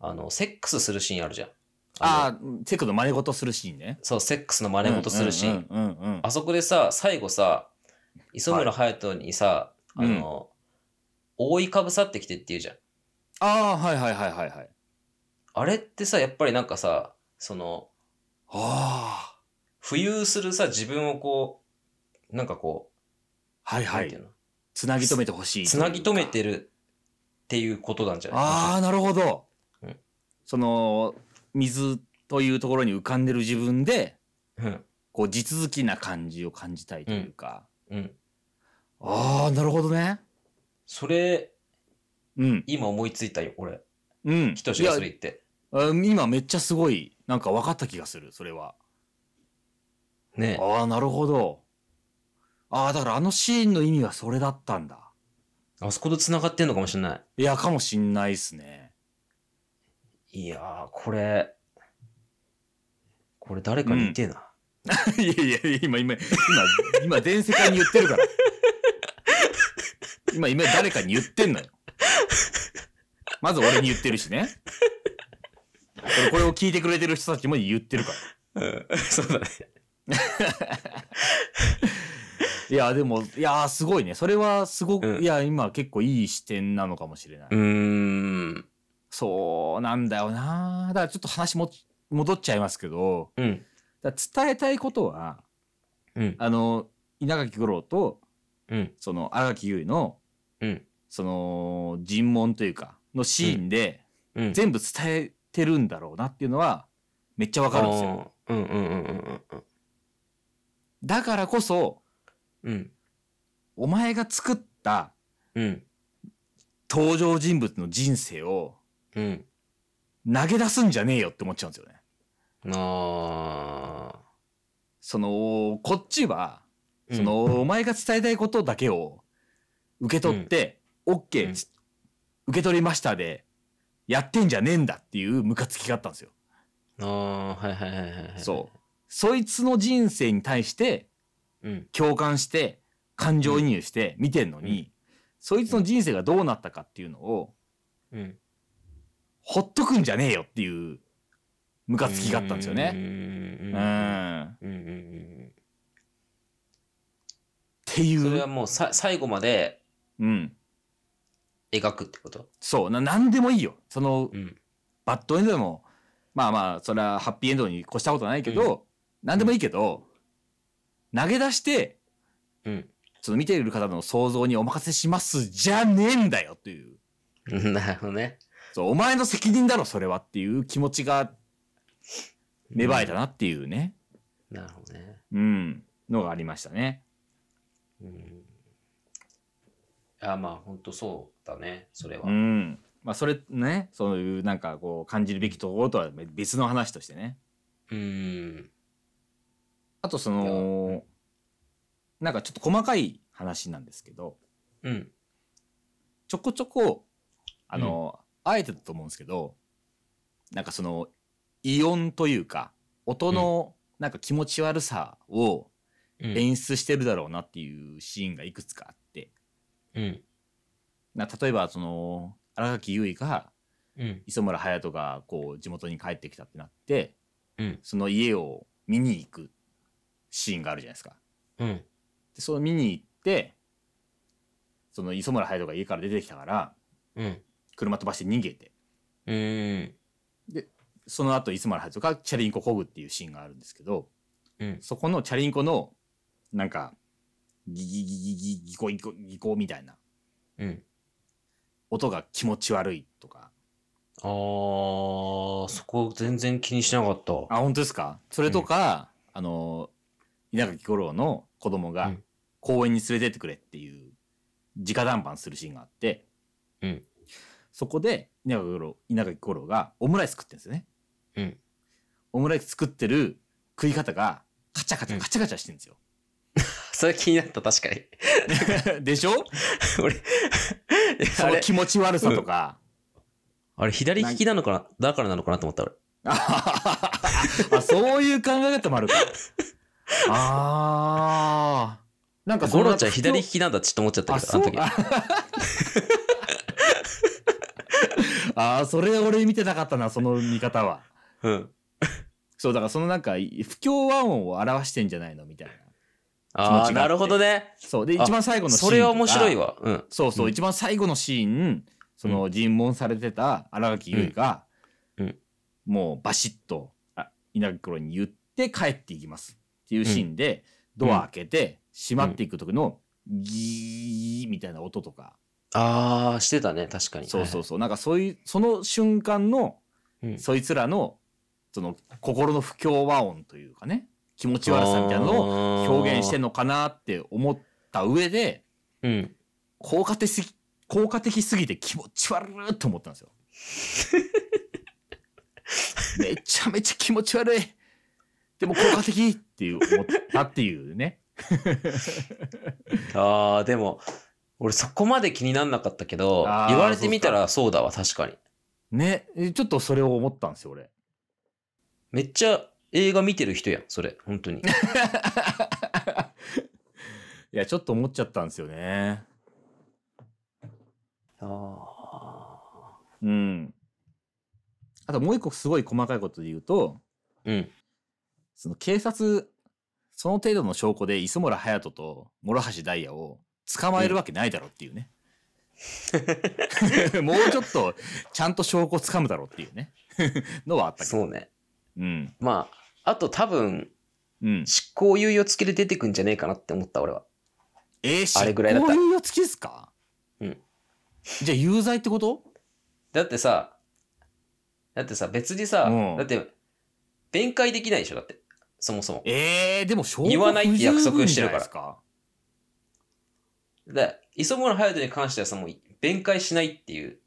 A: あの、セックスするシーンあるじゃん。の
B: ああ、チェックの真似事するシーンね。
A: そう、セックスの真似事するシーン。
B: うんうんうんうん
A: あそこでさ、最後さ、磯村隼人にさ、
B: はい
A: あの、覆いかぶさってきてって言うじゃん。
B: ああ、はいはいはいはいはい。
A: あれってさ、やっぱりなんかさ、その、
B: あ
A: 浮遊するさ、自分をこう、なんかこ、
B: あ、はいう
A: な
B: は
A: んてい。
B: いう
A: の
B: つなぎ止めてほしい
A: つなぎ止めて
B: る。
A: るっていうことなんじゃない
B: ああ、なるほど。
A: うん
B: その、水というところに浮かんでる自分で、
A: うん。
B: こう、地続きな感じを感じたいというか。
A: うん。
B: ああ、なるほどね。
A: それ、
B: うん。
A: 今思いついたよ、俺。
B: うん。
A: ひとし
B: い
A: が
B: や
A: それ言って。
B: うん今めっちゃすごい、なんか分かった気がする、それは。
A: ねえ
B: ああ、なるほど。ああ、だからあのシーンの意味はそれだったんだ。
A: あそこと繋がってんのかもしれない
B: や、かもしんないっすね。
A: い。いやー、これ、これ誰かに似てえな。
B: いやいや、今、今、今、今、全世界に言ってる から。今、今、誰かに言ってんのよ。まず俺に言ってるしね。俺これを聞いてくれてる人たちも言ってるから。
A: うん、 そうだね。
B: いや、でも、いや、すごいね。それは、すごく、
A: うん
B: いや、今、結構いい視点なのかもしれない。
A: うーん。
B: そうなんだよな。だから、ちょっと話も、戻っちゃいますけど、
A: うん。
B: だから伝えたいことは、
A: うん。
B: あの、稲垣吾郎と、
A: うん。
B: その、荒木優衣の、
A: うん。
B: その尋問というかのシーンで
A: うん。
B: 全部伝えてるんだろうなっていうのはめっちゃわかるんですよ。
A: あーうんうんうんうんうん
B: だからこそ
A: うん。
B: お前が作った
A: うん。
B: 登場人物の人生を
A: うん。
B: 投げ出すんじゃねえよって思っちゃうんですよね。
A: あ
B: そのこっちは
A: ー
B: そ、のお前が伝えたいことだけを受け取って、
A: う
B: OK
A: ん
B: 受け取りましたでやってんじゃねえんだっていうムカつきがあったんですよ。
A: うん、あーはいはいはいはいはい。
B: そう。そいつの人生に対して
A: う。うん。
B: 共感して感情移入して見てんのに、
A: うん
B: そいつの人生がどうなったかっていうのを
A: うん。
B: ほっとくんじゃねえよっていうムカつきがあったんですよね。
A: う。
B: うん
A: うん。
B: ん。っ
A: うんうんうん
B: てい
A: うん。それは
B: う。
A: もうさ最後まで
B: うん。
A: 描くってこと
B: そう。な、なんでもいいよ。その、
A: うん。
B: バッドエンドでも、まあまあ、それはハッピーエンドに越したことはないけど、なんでもいいけど、投げ出して、
A: うん。
B: その見ている方の想像にお任せしますじゃねえんだよっていう。
A: なるほどね。
B: そう、お前の責任だろ、それはっていう気持ちが芽生えたなっていうね。
A: なるほどね。
B: うん、のがありましたね。
A: うん。あまあ、本当そうだね、それは。
B: うん。まあそれね、そういうなんかこう感じるべきところとは別の話としてね。
A: うん。
B: あとそ
A: いやう
B: の、なんかちょっと細かい話なんですけど、
A: うん。
B: ちょこちょこ、あの、あえてだと思うんですけど、なんかその、異音というか、音のなんか気持ち悪さを
C: うん
B: 演出してるだろうなっていうシーンがいくつかあって、
C: うん。
B: な例えばその新垣結衣が
C: うん。
B: 磯村勇斗がこう地元に帰ってきたってなって、
C: うん
B: その家を見に行くシーンがあるじゃないですか。
C: うん。
B: でその見に行ってその磯村勇斗が家から出てきたから
C: うん。
B: 車飛ばして逃げて
C: うん。
B: その後磯村勇斗がチャリンコこぐっていうシーンがあるんですけど、
C: うん
B: そこのチャリンコのなんかギギギギギギコギコギコみたいな
C: うん。
B: 音が気持ち悪いとか
C: あー、そこ全然気にしなかった。
B: あ本当ですかそれとか、あの稲垣吾郎の子供
C: う
B: が
C: ん
B: 公園に連れてってくれっていう直談判するシーンがあって、
C: うん
B: そこで稲垣吾郎稲垣吾郎がオムライス食ってるんですよね、
C: うん
B: オムライス作ってる食い方がカチャカチャカチャカチャしてるんです よ、
A: それ気になった、確かに。
B: でしょ
A: 俺
B: そ
A: あ
B: の
A: れ、
B: 気持ち悪さとか、
A: あれ左利きなのかなだからなのかなと思った、俺。
B: あそういう考え方も あるかあーなんかそ
A: ゴ
B: の
A: ロちゃん左利きなんだちょっと思っちゃった
B: あ、
A: けど、あの時。
B: あ あー、それ俺見てなかったな、その見方は。
A: うん。
B: そう、だからそのなんか、不協和音を表してんじゃないのみたいな。
A: あ
B: 気持ちがあっ
A: あ、
B: て
A: なるほどね。
B: そう。で、
A: あ
B: 一番最後のシーンとか。
A: それは面白い。わ。うん。
B: そうそう、
A: うん
B: 一番最後のシーン、その尋問されてた荒垣結衣が、
A: うんうん
B: もうバシッと、あ、稲垣頃に言って帰っていきます。っていうシーンで、ドア開けて、閉まっていく時の、ギーみたいな音とか。
A: ああ、してたね、確かに。
B: そうそうそう。なんかそういう、その瞬間の、
A: うん
B: そいつらの、その、心の不協和音というかね、気持ち悪さみたいなのを
A: を
B: 表現してん
A: の。
B: のかなって思った上で、
A: うん。
B: 効果的すぎ、効果的すぎて気持ち悪いと思ったんですよ。めちゃめちゃ気持ち悪い。でも効果的っていう思ったっていうね。
A: ああ、でも、俺そこまで気になんなかったけど
B: あー、
A: 言われてみたらそうだわ、確かに。
B: ね、ちょっとそれを思ったんですよ、俺。
A: めっちゃ映画見てる人やん、それ、本 当に。
B: いや、ちょっと思っちゃったんですよね。
A: ああ。
B: うん。あともう一個すごい細かいことで言うと、
A: うん。
B: その警察、その程度の証拠で磯村勇斗と諸橋ダイヤを捕まえるわけないだろっていうね。 もうちょっとちゃんと証拠つかむだろっていうね。 のはあったけど。
A: そうね。
B: うん。
A: まあ、あと多分、
B: うん。
A: 執行猶予付きで出てくんじゃねえかなって思った、俺は。
B: えー、
A: あれぐらいだった
B: 執行猶予付きですか
A: うん。
B: じゃあ有罪ってこと
A: だってさ、だってさ、別にさ、
B: うん
A: だって、弁解できないでしょ、だって。そもそも。
B: ええー、でも証拠
A: 言わないって約束してるから
B: 不十分じゃないですか。
A: で、磯村隼人に関してはさ、もう弁解しないっていう、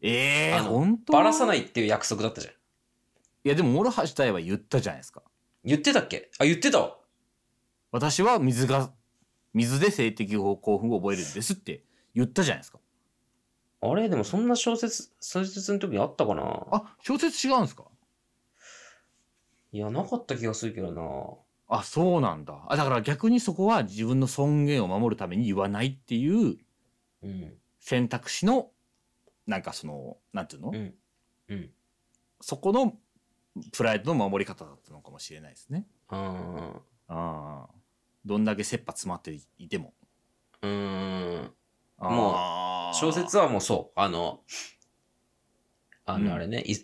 B: ええ
A: あ
B: ー、
A: の
B: 本当。
A: ばらさないいっていう約束だったじゃん。
B: いやでも諸橋ダイヤは言ったじゃないですか。
A: 言ってたっけあ、言ってたわ。
B: 私は水が水で性的興奮を覚えるんですって言ったじゃないですか
A: あれでもそんな小説、小説の時にあったかな
B: あ小説違うんですか
A: いや、なかった気がするけどな。
B: あそうなんだあだから逆にそこは自分の尊厳を守るために言わないっていう
A: うん。
B: 選択肢のなんかそのなんていうの、
A: うん。うん。
B: そこのプライドの守り方だったのかもしれないですね
A: あ
B: ああどんだけ切羽詰まっていても
A: ーうーん。もう
B: も
A: 小説はもうそう。あの、あ
B: うん
A: の、あれね、い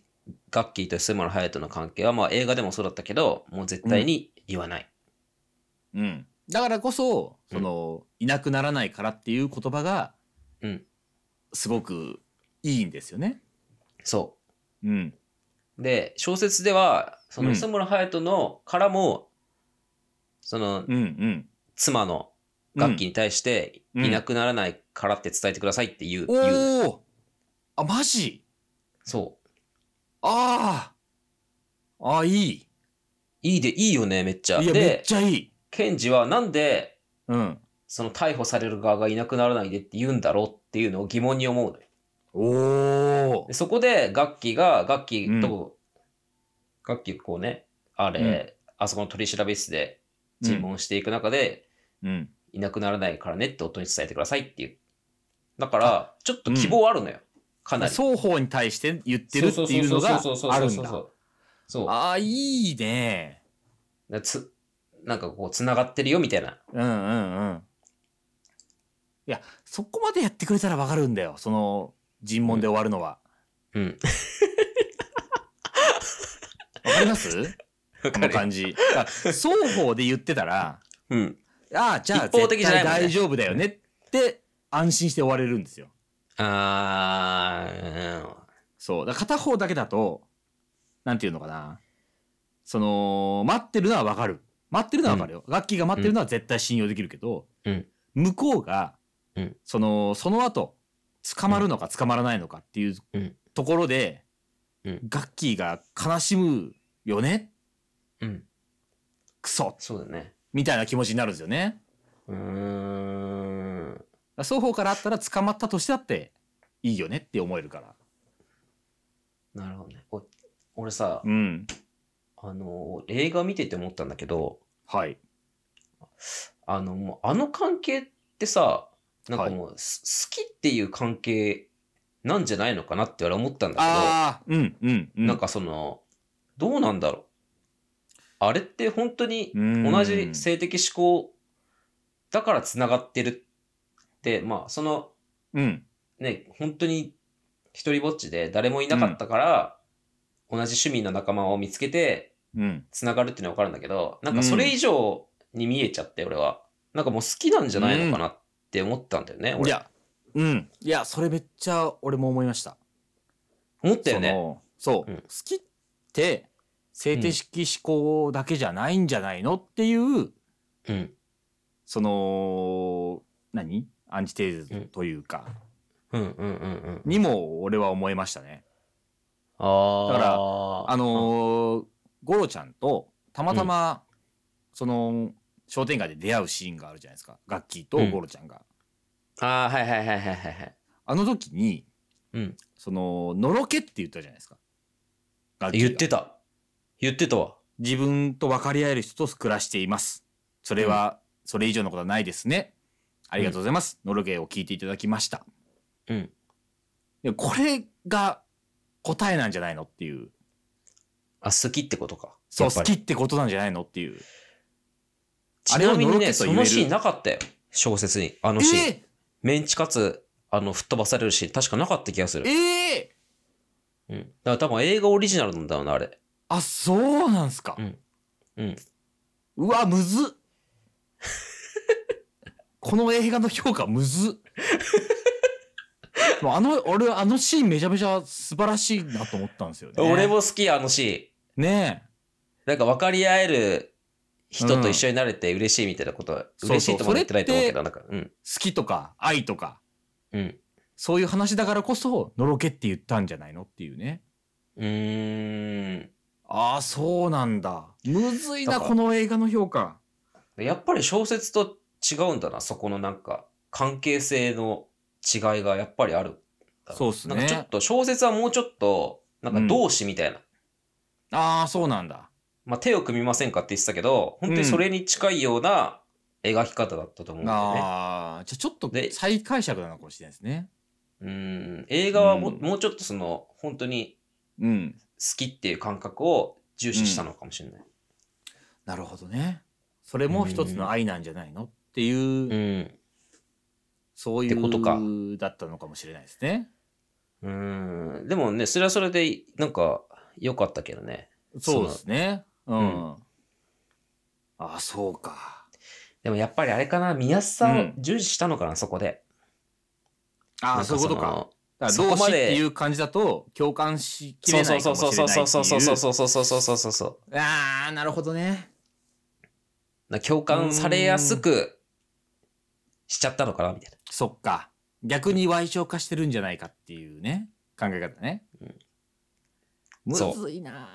A: ガッキーと磯村隼人の関係は、まあ映画でもそうだったけど、もう絶対に言わない。
B: うん、だからこそその、いなくならないからっていう言葉が、
A: うん
B: すごくいいんですよね。
A: そう。
B: うん、
A: で小説ではその
B: うん
A: 磯村隼人のからも、その
B: うん、うん。
A: 妻の楽器に対して、
B: うん
A: いなくならないからって伝えてくださいっていう,、言う
B: おおあマジ
A: そう
B: あああいいい
A: いいでいいよねめっちゃ
B: やめっ
A: で
B: ちゃいい
A: 検事はなんで
B: うん
A: その逮捕される側がいなくならないでって言うんだろうっていうのを疑問に思うのよ
B: おお
A: でそこで楽器が楽器と、楽器こうねあれ、あそこの取り調べ室で尋問していく中で、
B: うん。
A: いなくならないからねって夫に伝えてくださいっていう。だから、ちょっと希望あるのよ。かなり。
B: 双方に対して言ってるっていうのが
A: そうそうそうそう
B: あるん
A: そうそう
B: だ。
A: そう。
B: ああ、いいね。
A: なつなんかこう、繋がってるよみたいな。
B: うんうんうん。いや、そこまでやってくれたらわかるんだよ。その、尋問で終わるのは。
A: うん。
B: わ、かります
A: わ
B: こ
A: か
B: の
A: る。
B: 感じ。あ双方で言ってたら、
A: うん。
B: ああ、じゃあ、
A: 一方的じゃないもんね
B: 絶対大丈夫だよねって、安心して終われるんですよ。
A: あー、うん
B: そう。だから片方だけだと、なんていうのかな。その、待ってるのはわかる。待ってるのはわかるよ。楽器が待ってるのは絶対信用できるけど、
A: うん
B: 向こうが、
A: うん
B: その、その後、捕まるのか捕まらないのかっていう
A: うん
B: ところで、
A: うん
B: 楽器が悲しむよね
A: うん。
B: クソ
A: そうだね。
B: みたいな気持ちになるんですよね。
A: うーん。
B: だから双方からあったら捕まったとしてだって、いいよねって思えるから。
A: なるほどね。お俺さ、
B: うん。
A: あの、映画見てて思ったんだけど、
B: はい。
A: あの、もうあの関係ってさ、なんか
B: はい
A: もう、す好きっていう関係なんじゃないのかなって俺は思ったんだけど、
B: ああ、うん、うん、うん。
A: なんかその、どうなんだろう。あれって本当に
B: うん、
A: 同じ性的思考だから繋がってるって、まあその
B: うん。
A: ね、本当に一人ぼっちで誰もいなかったから、同じ趣味の仲間を見つけて
B: うん。
A: 繋がるっていうのはわかるんだけど、なんかそれ以上に見えちゃって俺は、なんかもう好きなんじゃないのかなって思ったんだよね、
B: い
A: 俺。
B: や、うん。いや、それめっちゃ俺も思いました。
A: 思ったよ
B: そ
A: ね。
B: のそう、
A: うん
B: 好きって、性的思考だけじゃないんじゃないのっていう、
A: うん。
B: その、何アンチテーゼというか、
A: うんうんうんうん。
B: にも俺は思いましたね。
A: ああ。
B: だから
A: あ
B: あのー、ゴロちゃんと、たまたま、その、商店街で出会うシーンがあるじゃないですか。ガッキーとゴロちゃんが。
A: あー、はいはいはいはいはいはい。
B: あの時に、
A: うん。
B: その、のろけって言ったじゃないですか。ガッキーが
A: 言ってた。言ってたわ。
B: 自分と分かり合える人と暮らしています。それは、それ以上のことはないですね。ありがとうございます。ノルゲーを聞いていただきました。
A: うん。
B: でこれが答えなんじゃないのっていう。
A: あ、好きってことか。
B: そう、
A: やっぱ
B: 好
A: り
B: きってことなんじゃないのっていう。
A: ちなみにね、
B: あれはのろけと
A: そ
B: 言える
A: のシーンなかったよ。小説に。あのシーン。メンチカツ、あの、吹っ飛ばされるシーン、確かなかった気がす
B: え
A: る。
B: ええ
A: うん。だから多分映画オリジナルなんだろうな、あれ。
B: あ、そうなんすか。
A: うん。うん。
B: うわ、むずっ この映画の評価むずっ でもあの、俺、あのシーンめちゃめちゃ素晴らしいなと思ったんですよね。
A: 俺。も好き、あのシ
B: ねえ。
A: ーン。なんか分かり合える人と一緒になれて嬉しいみたいなことは、
B: うん
A: 嬉しいとも言ってないと思うけど、
B: そ
A: なんか、うん。
B: 好きとか愛とか
A: うん。
B: そういう話だからこそのろけって言ったんじゃないのっていうね
A: うーん。
B: ああそうなんだむずい
A: だ
B: な
A: から
B: この映画の評価
A: やっぱり小説と違うんだな、そこのなんか、関係性の違いがやっぱりある。
B: そうっすね
A: なんかちょっと、小説はもうちょっと、なんか同志みたいな。
B: ああそうなんだ
A: まあ、手を組みませんかって言ってたけど、本当にそれに近いような描き方だったと思うんだよね。
B: ああじゃあちょっと
A: で
B: 再解釈なのかもしれないですね
A: うん、映画はも,、
B: うん
A: もうちょっとその、本当に
B: うん
A: 好きっていう感覚を重視したのかもしれない。
B: なるほどねそれも一つの愛なんじゃないのっていう、
A: うん。
B: そういう
A: ってことか
B: だったのかもしれないですね
A: うん。でもね、それはそれで、なんか、良かったけどね。
B: そうですねうん、
A: う
B: ああそうか
A: でもやっぱりあれかな、見やすさ
B: う
A: を
B: ん
A: 重視したのかな、そこで。
B: あ
A: な
B: あ
A: ん
B: そういうことかだから
A: そこ
B: 同志
A: ま
B: っ
A: で
B: ていう感じだと共感しき
A: そ
B: れ
A: の。
B: ないか
A: そ
B: も
A: う
B: し
A: そう
B: れないって
A: そ
B: いうう
A: そうそうそうそうそうそうそうそうそうそう。
B: ああなるほどね
A: な共感されやすくしちゃったのかな、みたいな。
B: そっか逆に歪償化してるんじゃないかっていうね考え方ね、
A: うん
B: む
A: そう
B: ずいな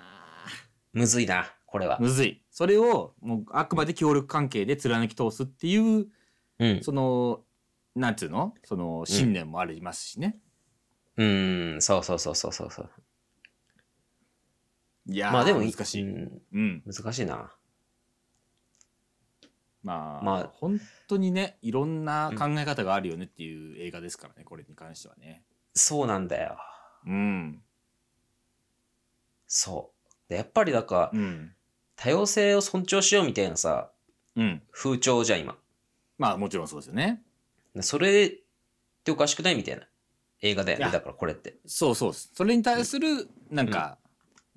A: むずいな、これは
B: あ。むずいそれをもうあくまで協力関係で貫き通すっていう
A: うん。
B: そのなんつうのその信念もありますしね、
A: うーん、そうそうそうそうそうそう。
B: いやー
A: まあでも
B: 難しい、
A: うん
B: うん、
A: 難しいな。
B: まあ、
A: まあ
B: 本当にねいろんな考え方があるよねっていう映画ですからねこれに関してはね
A: そうなんだよ。
B: うん
A: そう。でやっぱりだから、
B: うん
A: 多様性を尊重しようみたいなさ、
B: うん
A: 風潮じゃん、今。
B: まあもちろんそうですよね
A: それっておかしくないみたいな映画だよ
B: い
A: ね。
B: や
A: だからこれって。
B: そうそうですそれに対するなんか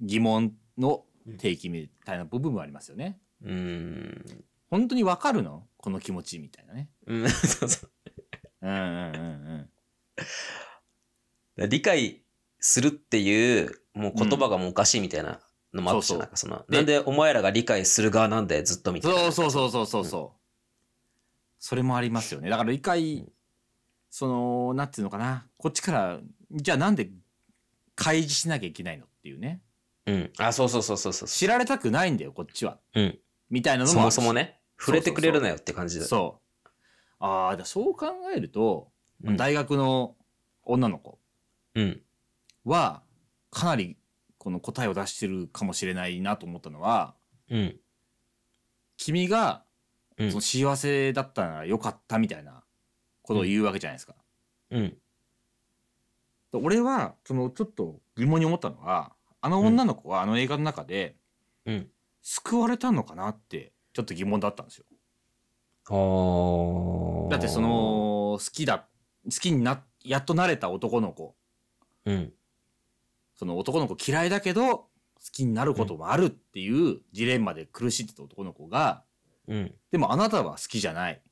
B: 疑問の提起みたいな部分もありますよね
A: うーん。
B: 本当にわかるのこの気持ちみたいなね
A: うん、 そうそう。
B: うんうんうん
A: 理解するっていうもう言葉がもうおかしいみたいなのもあったじゃん
B: うん
A: なんかその
B: で
A: なんでお前らが理解する側なんだよずっとみ
B: うん
A: たいな
B: そうそうそうそうそうそう、それもありますよねだから一回、
A: うん
B: そのなんていうのかなこっちからじゃあなんで開示しなきゃいけないのっていうね
A: うんあそうそうそうそうそう
B: 知られたくないんだよこっちは、
A: うん
B: みたいなの
A: そ
B: もあ
A: も
B: るし
A: そもね触れてくれるなよって感じだ
B: そうああだそう考えると、
A: うん
B: 大学の女の子
A: うん
B: はかなりこの答えを出してるかもしれないなと思ったのは
A: うん
B: 君が
A: うん
B: その幸せだったならよかったみたいなことを言うわけじゃないですか。
A: うん
B: で俺はそのちょっと疑問に思ったのはあの女の子はあの映画の中で、
A: うん
B: 救われたのかなってちょっと疑問だったんですよ。
A: あー
B: だってその好きだ好きになやっと慣れた男の子
A: うん
B: その男の子嫌いだけど好きになることもあるっていうジレンマで苦しんでた男の子が、
A: うん
B: でもあなたは好きじゃない。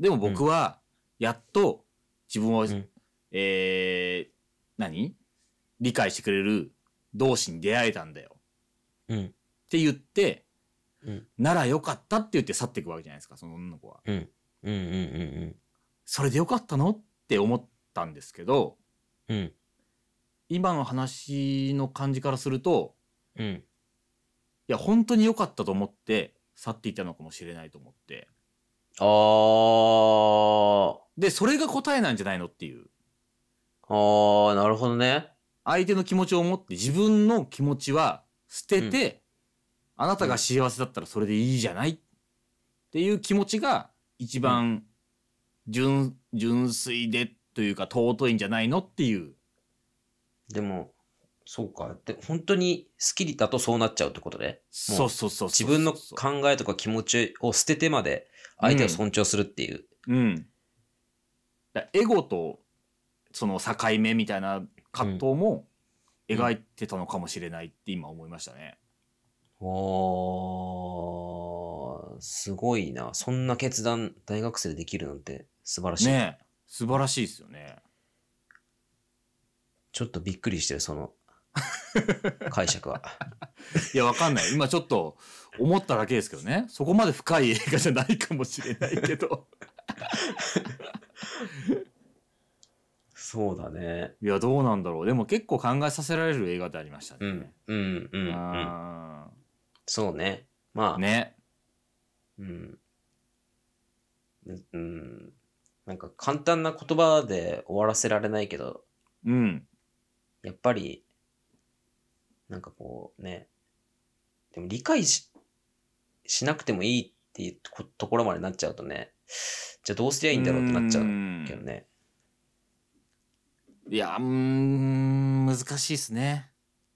B: でも僕はやっと自分を、
A: うん
B: えー何理解してくれる同士に出会えたんだよ。
A: うん
B: って言って、
A: うん
B: ならよかったって言って去っていくわけじゃないですか、その女の子は。
A: うんうんうん
B: それでよかったのって思ったんですけど、
A: うんうん
B: 今の話の感じからすると、
A: うん
B: いや、本当に良かったと思って去っていったのかもしれないと思って。
A: あー
B: で、それが答えなんじゃないのっていう。
A: あーなるほどね
B: 相手の気持ちを持って自分の気持ちは捨てて、あなたが幸せだったらそれでいいじゃないっていう気持ちが一番純,、純粋でというか尊いんじゃないのっていう。
A: でもそうかで本当に好きだとそうなっちゃうってことね
B: そうそうそうそう
A: 自分の考えとか気持ちを捨ててまで相手を尊重するっていう。
B: うん。だからエゴとその境目みたいな葛藤も描いてたのかもしれないって今思いましたね。
A: おーすごいな。そんな決断、大学生でできるなんて素晴らしい。
B: ねえ素晴らしいですよね。
A: ちょっとびっくりしてる、その解釈は。
B: いや、わかんない。今ちょっと思っただけですけどね。そこまで深い映画じゃないかもしれないけど。
A: そうだね。
B: いや、どうなんだろう。でも結構考えさせられる映画でありましたね。
A: うん、うん、うん、うん。
B: あ
A: そうね。ま
B: ー
A: あ、
B: ね。
A: うん。うん。なんか簡単な言葉で終わらせられないけど、
B: うん。
A: やっぱり、なんかこうね、でも理解ししなくてもいいっていうとこところまでなっちゃうとね、じゃあどうすりゃいいんだろうってなっちゃうけどね。
B: うんいや、うーん、難しいですね。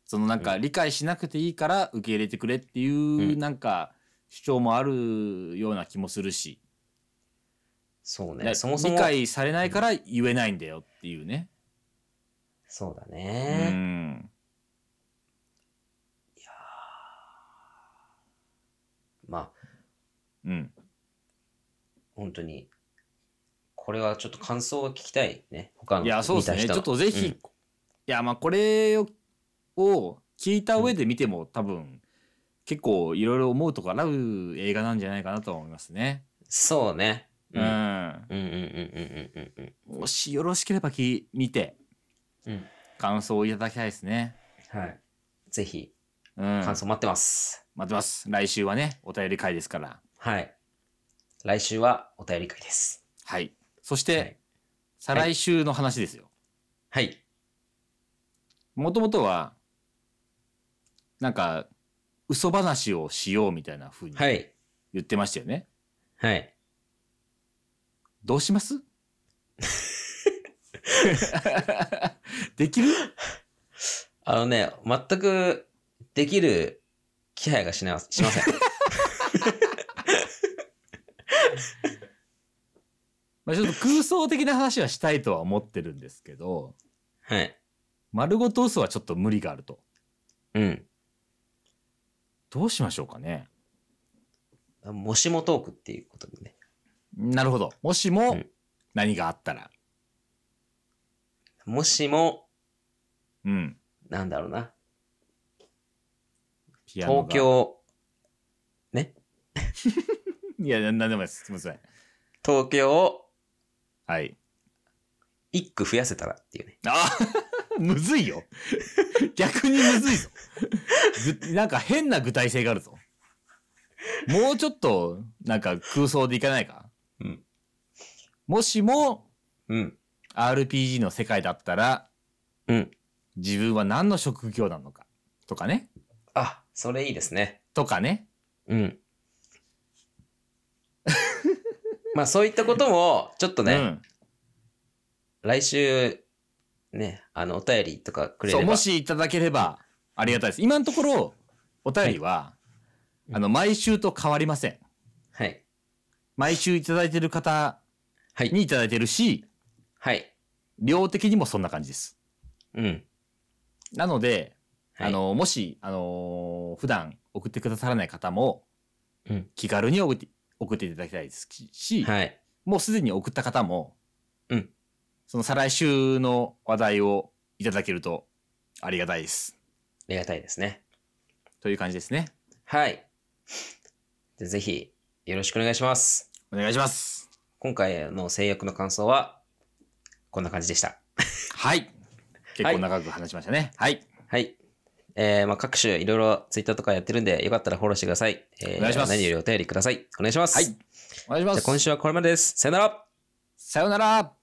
B: そのなんか理解しなくていいから受け入れてくれっていううんなんか主張もあるような気もするし、
A: そう
B: だ
A: ね、そもそも
B: 理。解されないから言えないんだよっていうね。
A: そうだ
B: う
A: ね。
B: ん。
A: まあ、
B: うん。
A: 本当に、これはちょっと感想が聞きたいね。他の
B: いや、そうですね。
A: 見
B: ち
A: た人
B: ょ
A: の
B: っとぜひ、
A: う
B: い
A: ん
B: や、まあ、これをを聞いた上で見ても、多分、結構いろいろ思うとこある映画なんじゃないかなとは思いますね。
A: そうね。う。
B: うん
A: うん
B: ん。
A: うんうんうんうんうん
B: もしよろしければき見て、
A: うん。うん。
B: 感想をいただきたいですね。
A: はい。ぜひ、
B: うん。
A: 感想待ってます。
B: 待ってます。来週はね、お便り会ですから。
A: はい。来週はお便り会です。
B: はい。そして、
A: はい
B: 再来週の話ですよ。
A: はい。
B: もともとは、なんか、嘘話をしようみたいな風に
A: はい。
B: 言ってましたよね。
A: はい。
B: どうします できる
A: あのね、全くできる気配がしなしません。
B: まあちょっと空想的な話はしたいとは思ってるんですけど、
A: はい。
B: 丸ごと嘘はちょっと無理があると。
A: うん。
B: どうしましょうかね。
A: もしもトークっていうことでね。
B: なるほど。もし
A: う
B: も
A: ん
B: 何があったら。
A: もしも、
B: うん。
A: なんだろうな。
B: ピアノ
A: 東
B: が。
A: 京、
B: いや、なんでもないです。すみません。
A: 東京を
B: はい。
A: 一句増やせたらっていうね。
B: あ むずいよ。逆にむずいぞ。ぐなんか変な具体性があるぞ。もうちょっと、なんか空想でいかないか。
A: うん。
B: もしも
A: うん。
B: RPG の世界だったら、
A: うん。
B: 自分は何の職業なのか。とかね。
A: あ、それいいですね。
B: とかね。
A: うん。 まあそういったことも、ちょっとね、
B: うん
A: 来週、ね、あの、お便りとかくれ
B: そう、
A: れば。
B: もしいただければありがたいです。今のところ、お便りは、
A: い
B: あの、毎週と変わりません。
A: はい。
B: 毎週いただいてる方
A: はい。
B: にいただいてるし、
A: はい。
B: 量的にもそんな感じです。
A: うん。
B: なので、
A: はい
B: あ、の、もし、あのー普段送ってくださらない方も、
A: うん
B: 気軽に送って、送っていただきたいですし、
A: はい。
B: もうすでに送った方も、
A: うん
B: その再来週の話題をいただけるとありがたいです。
A: ありがたいですね。
B: という感じですね。
A: はい。でぜひ、よろしくお願いします。
B: お願いします。
A: 今回の制約の感想は、こんな感じでした。
B: はい。結構長く話しましたね。はい。
A: はい。えー、まあ各種いろいろツイッターとかやってるんで、よかったらフォローしてください。えー
B: お願いします
A: 何よりお便りください。お願いします。
B: はい
A: じ
B: お願いしま
A: ゃあ
B: す。
A: 今週はこれまでです。さよなら
B: さようなら。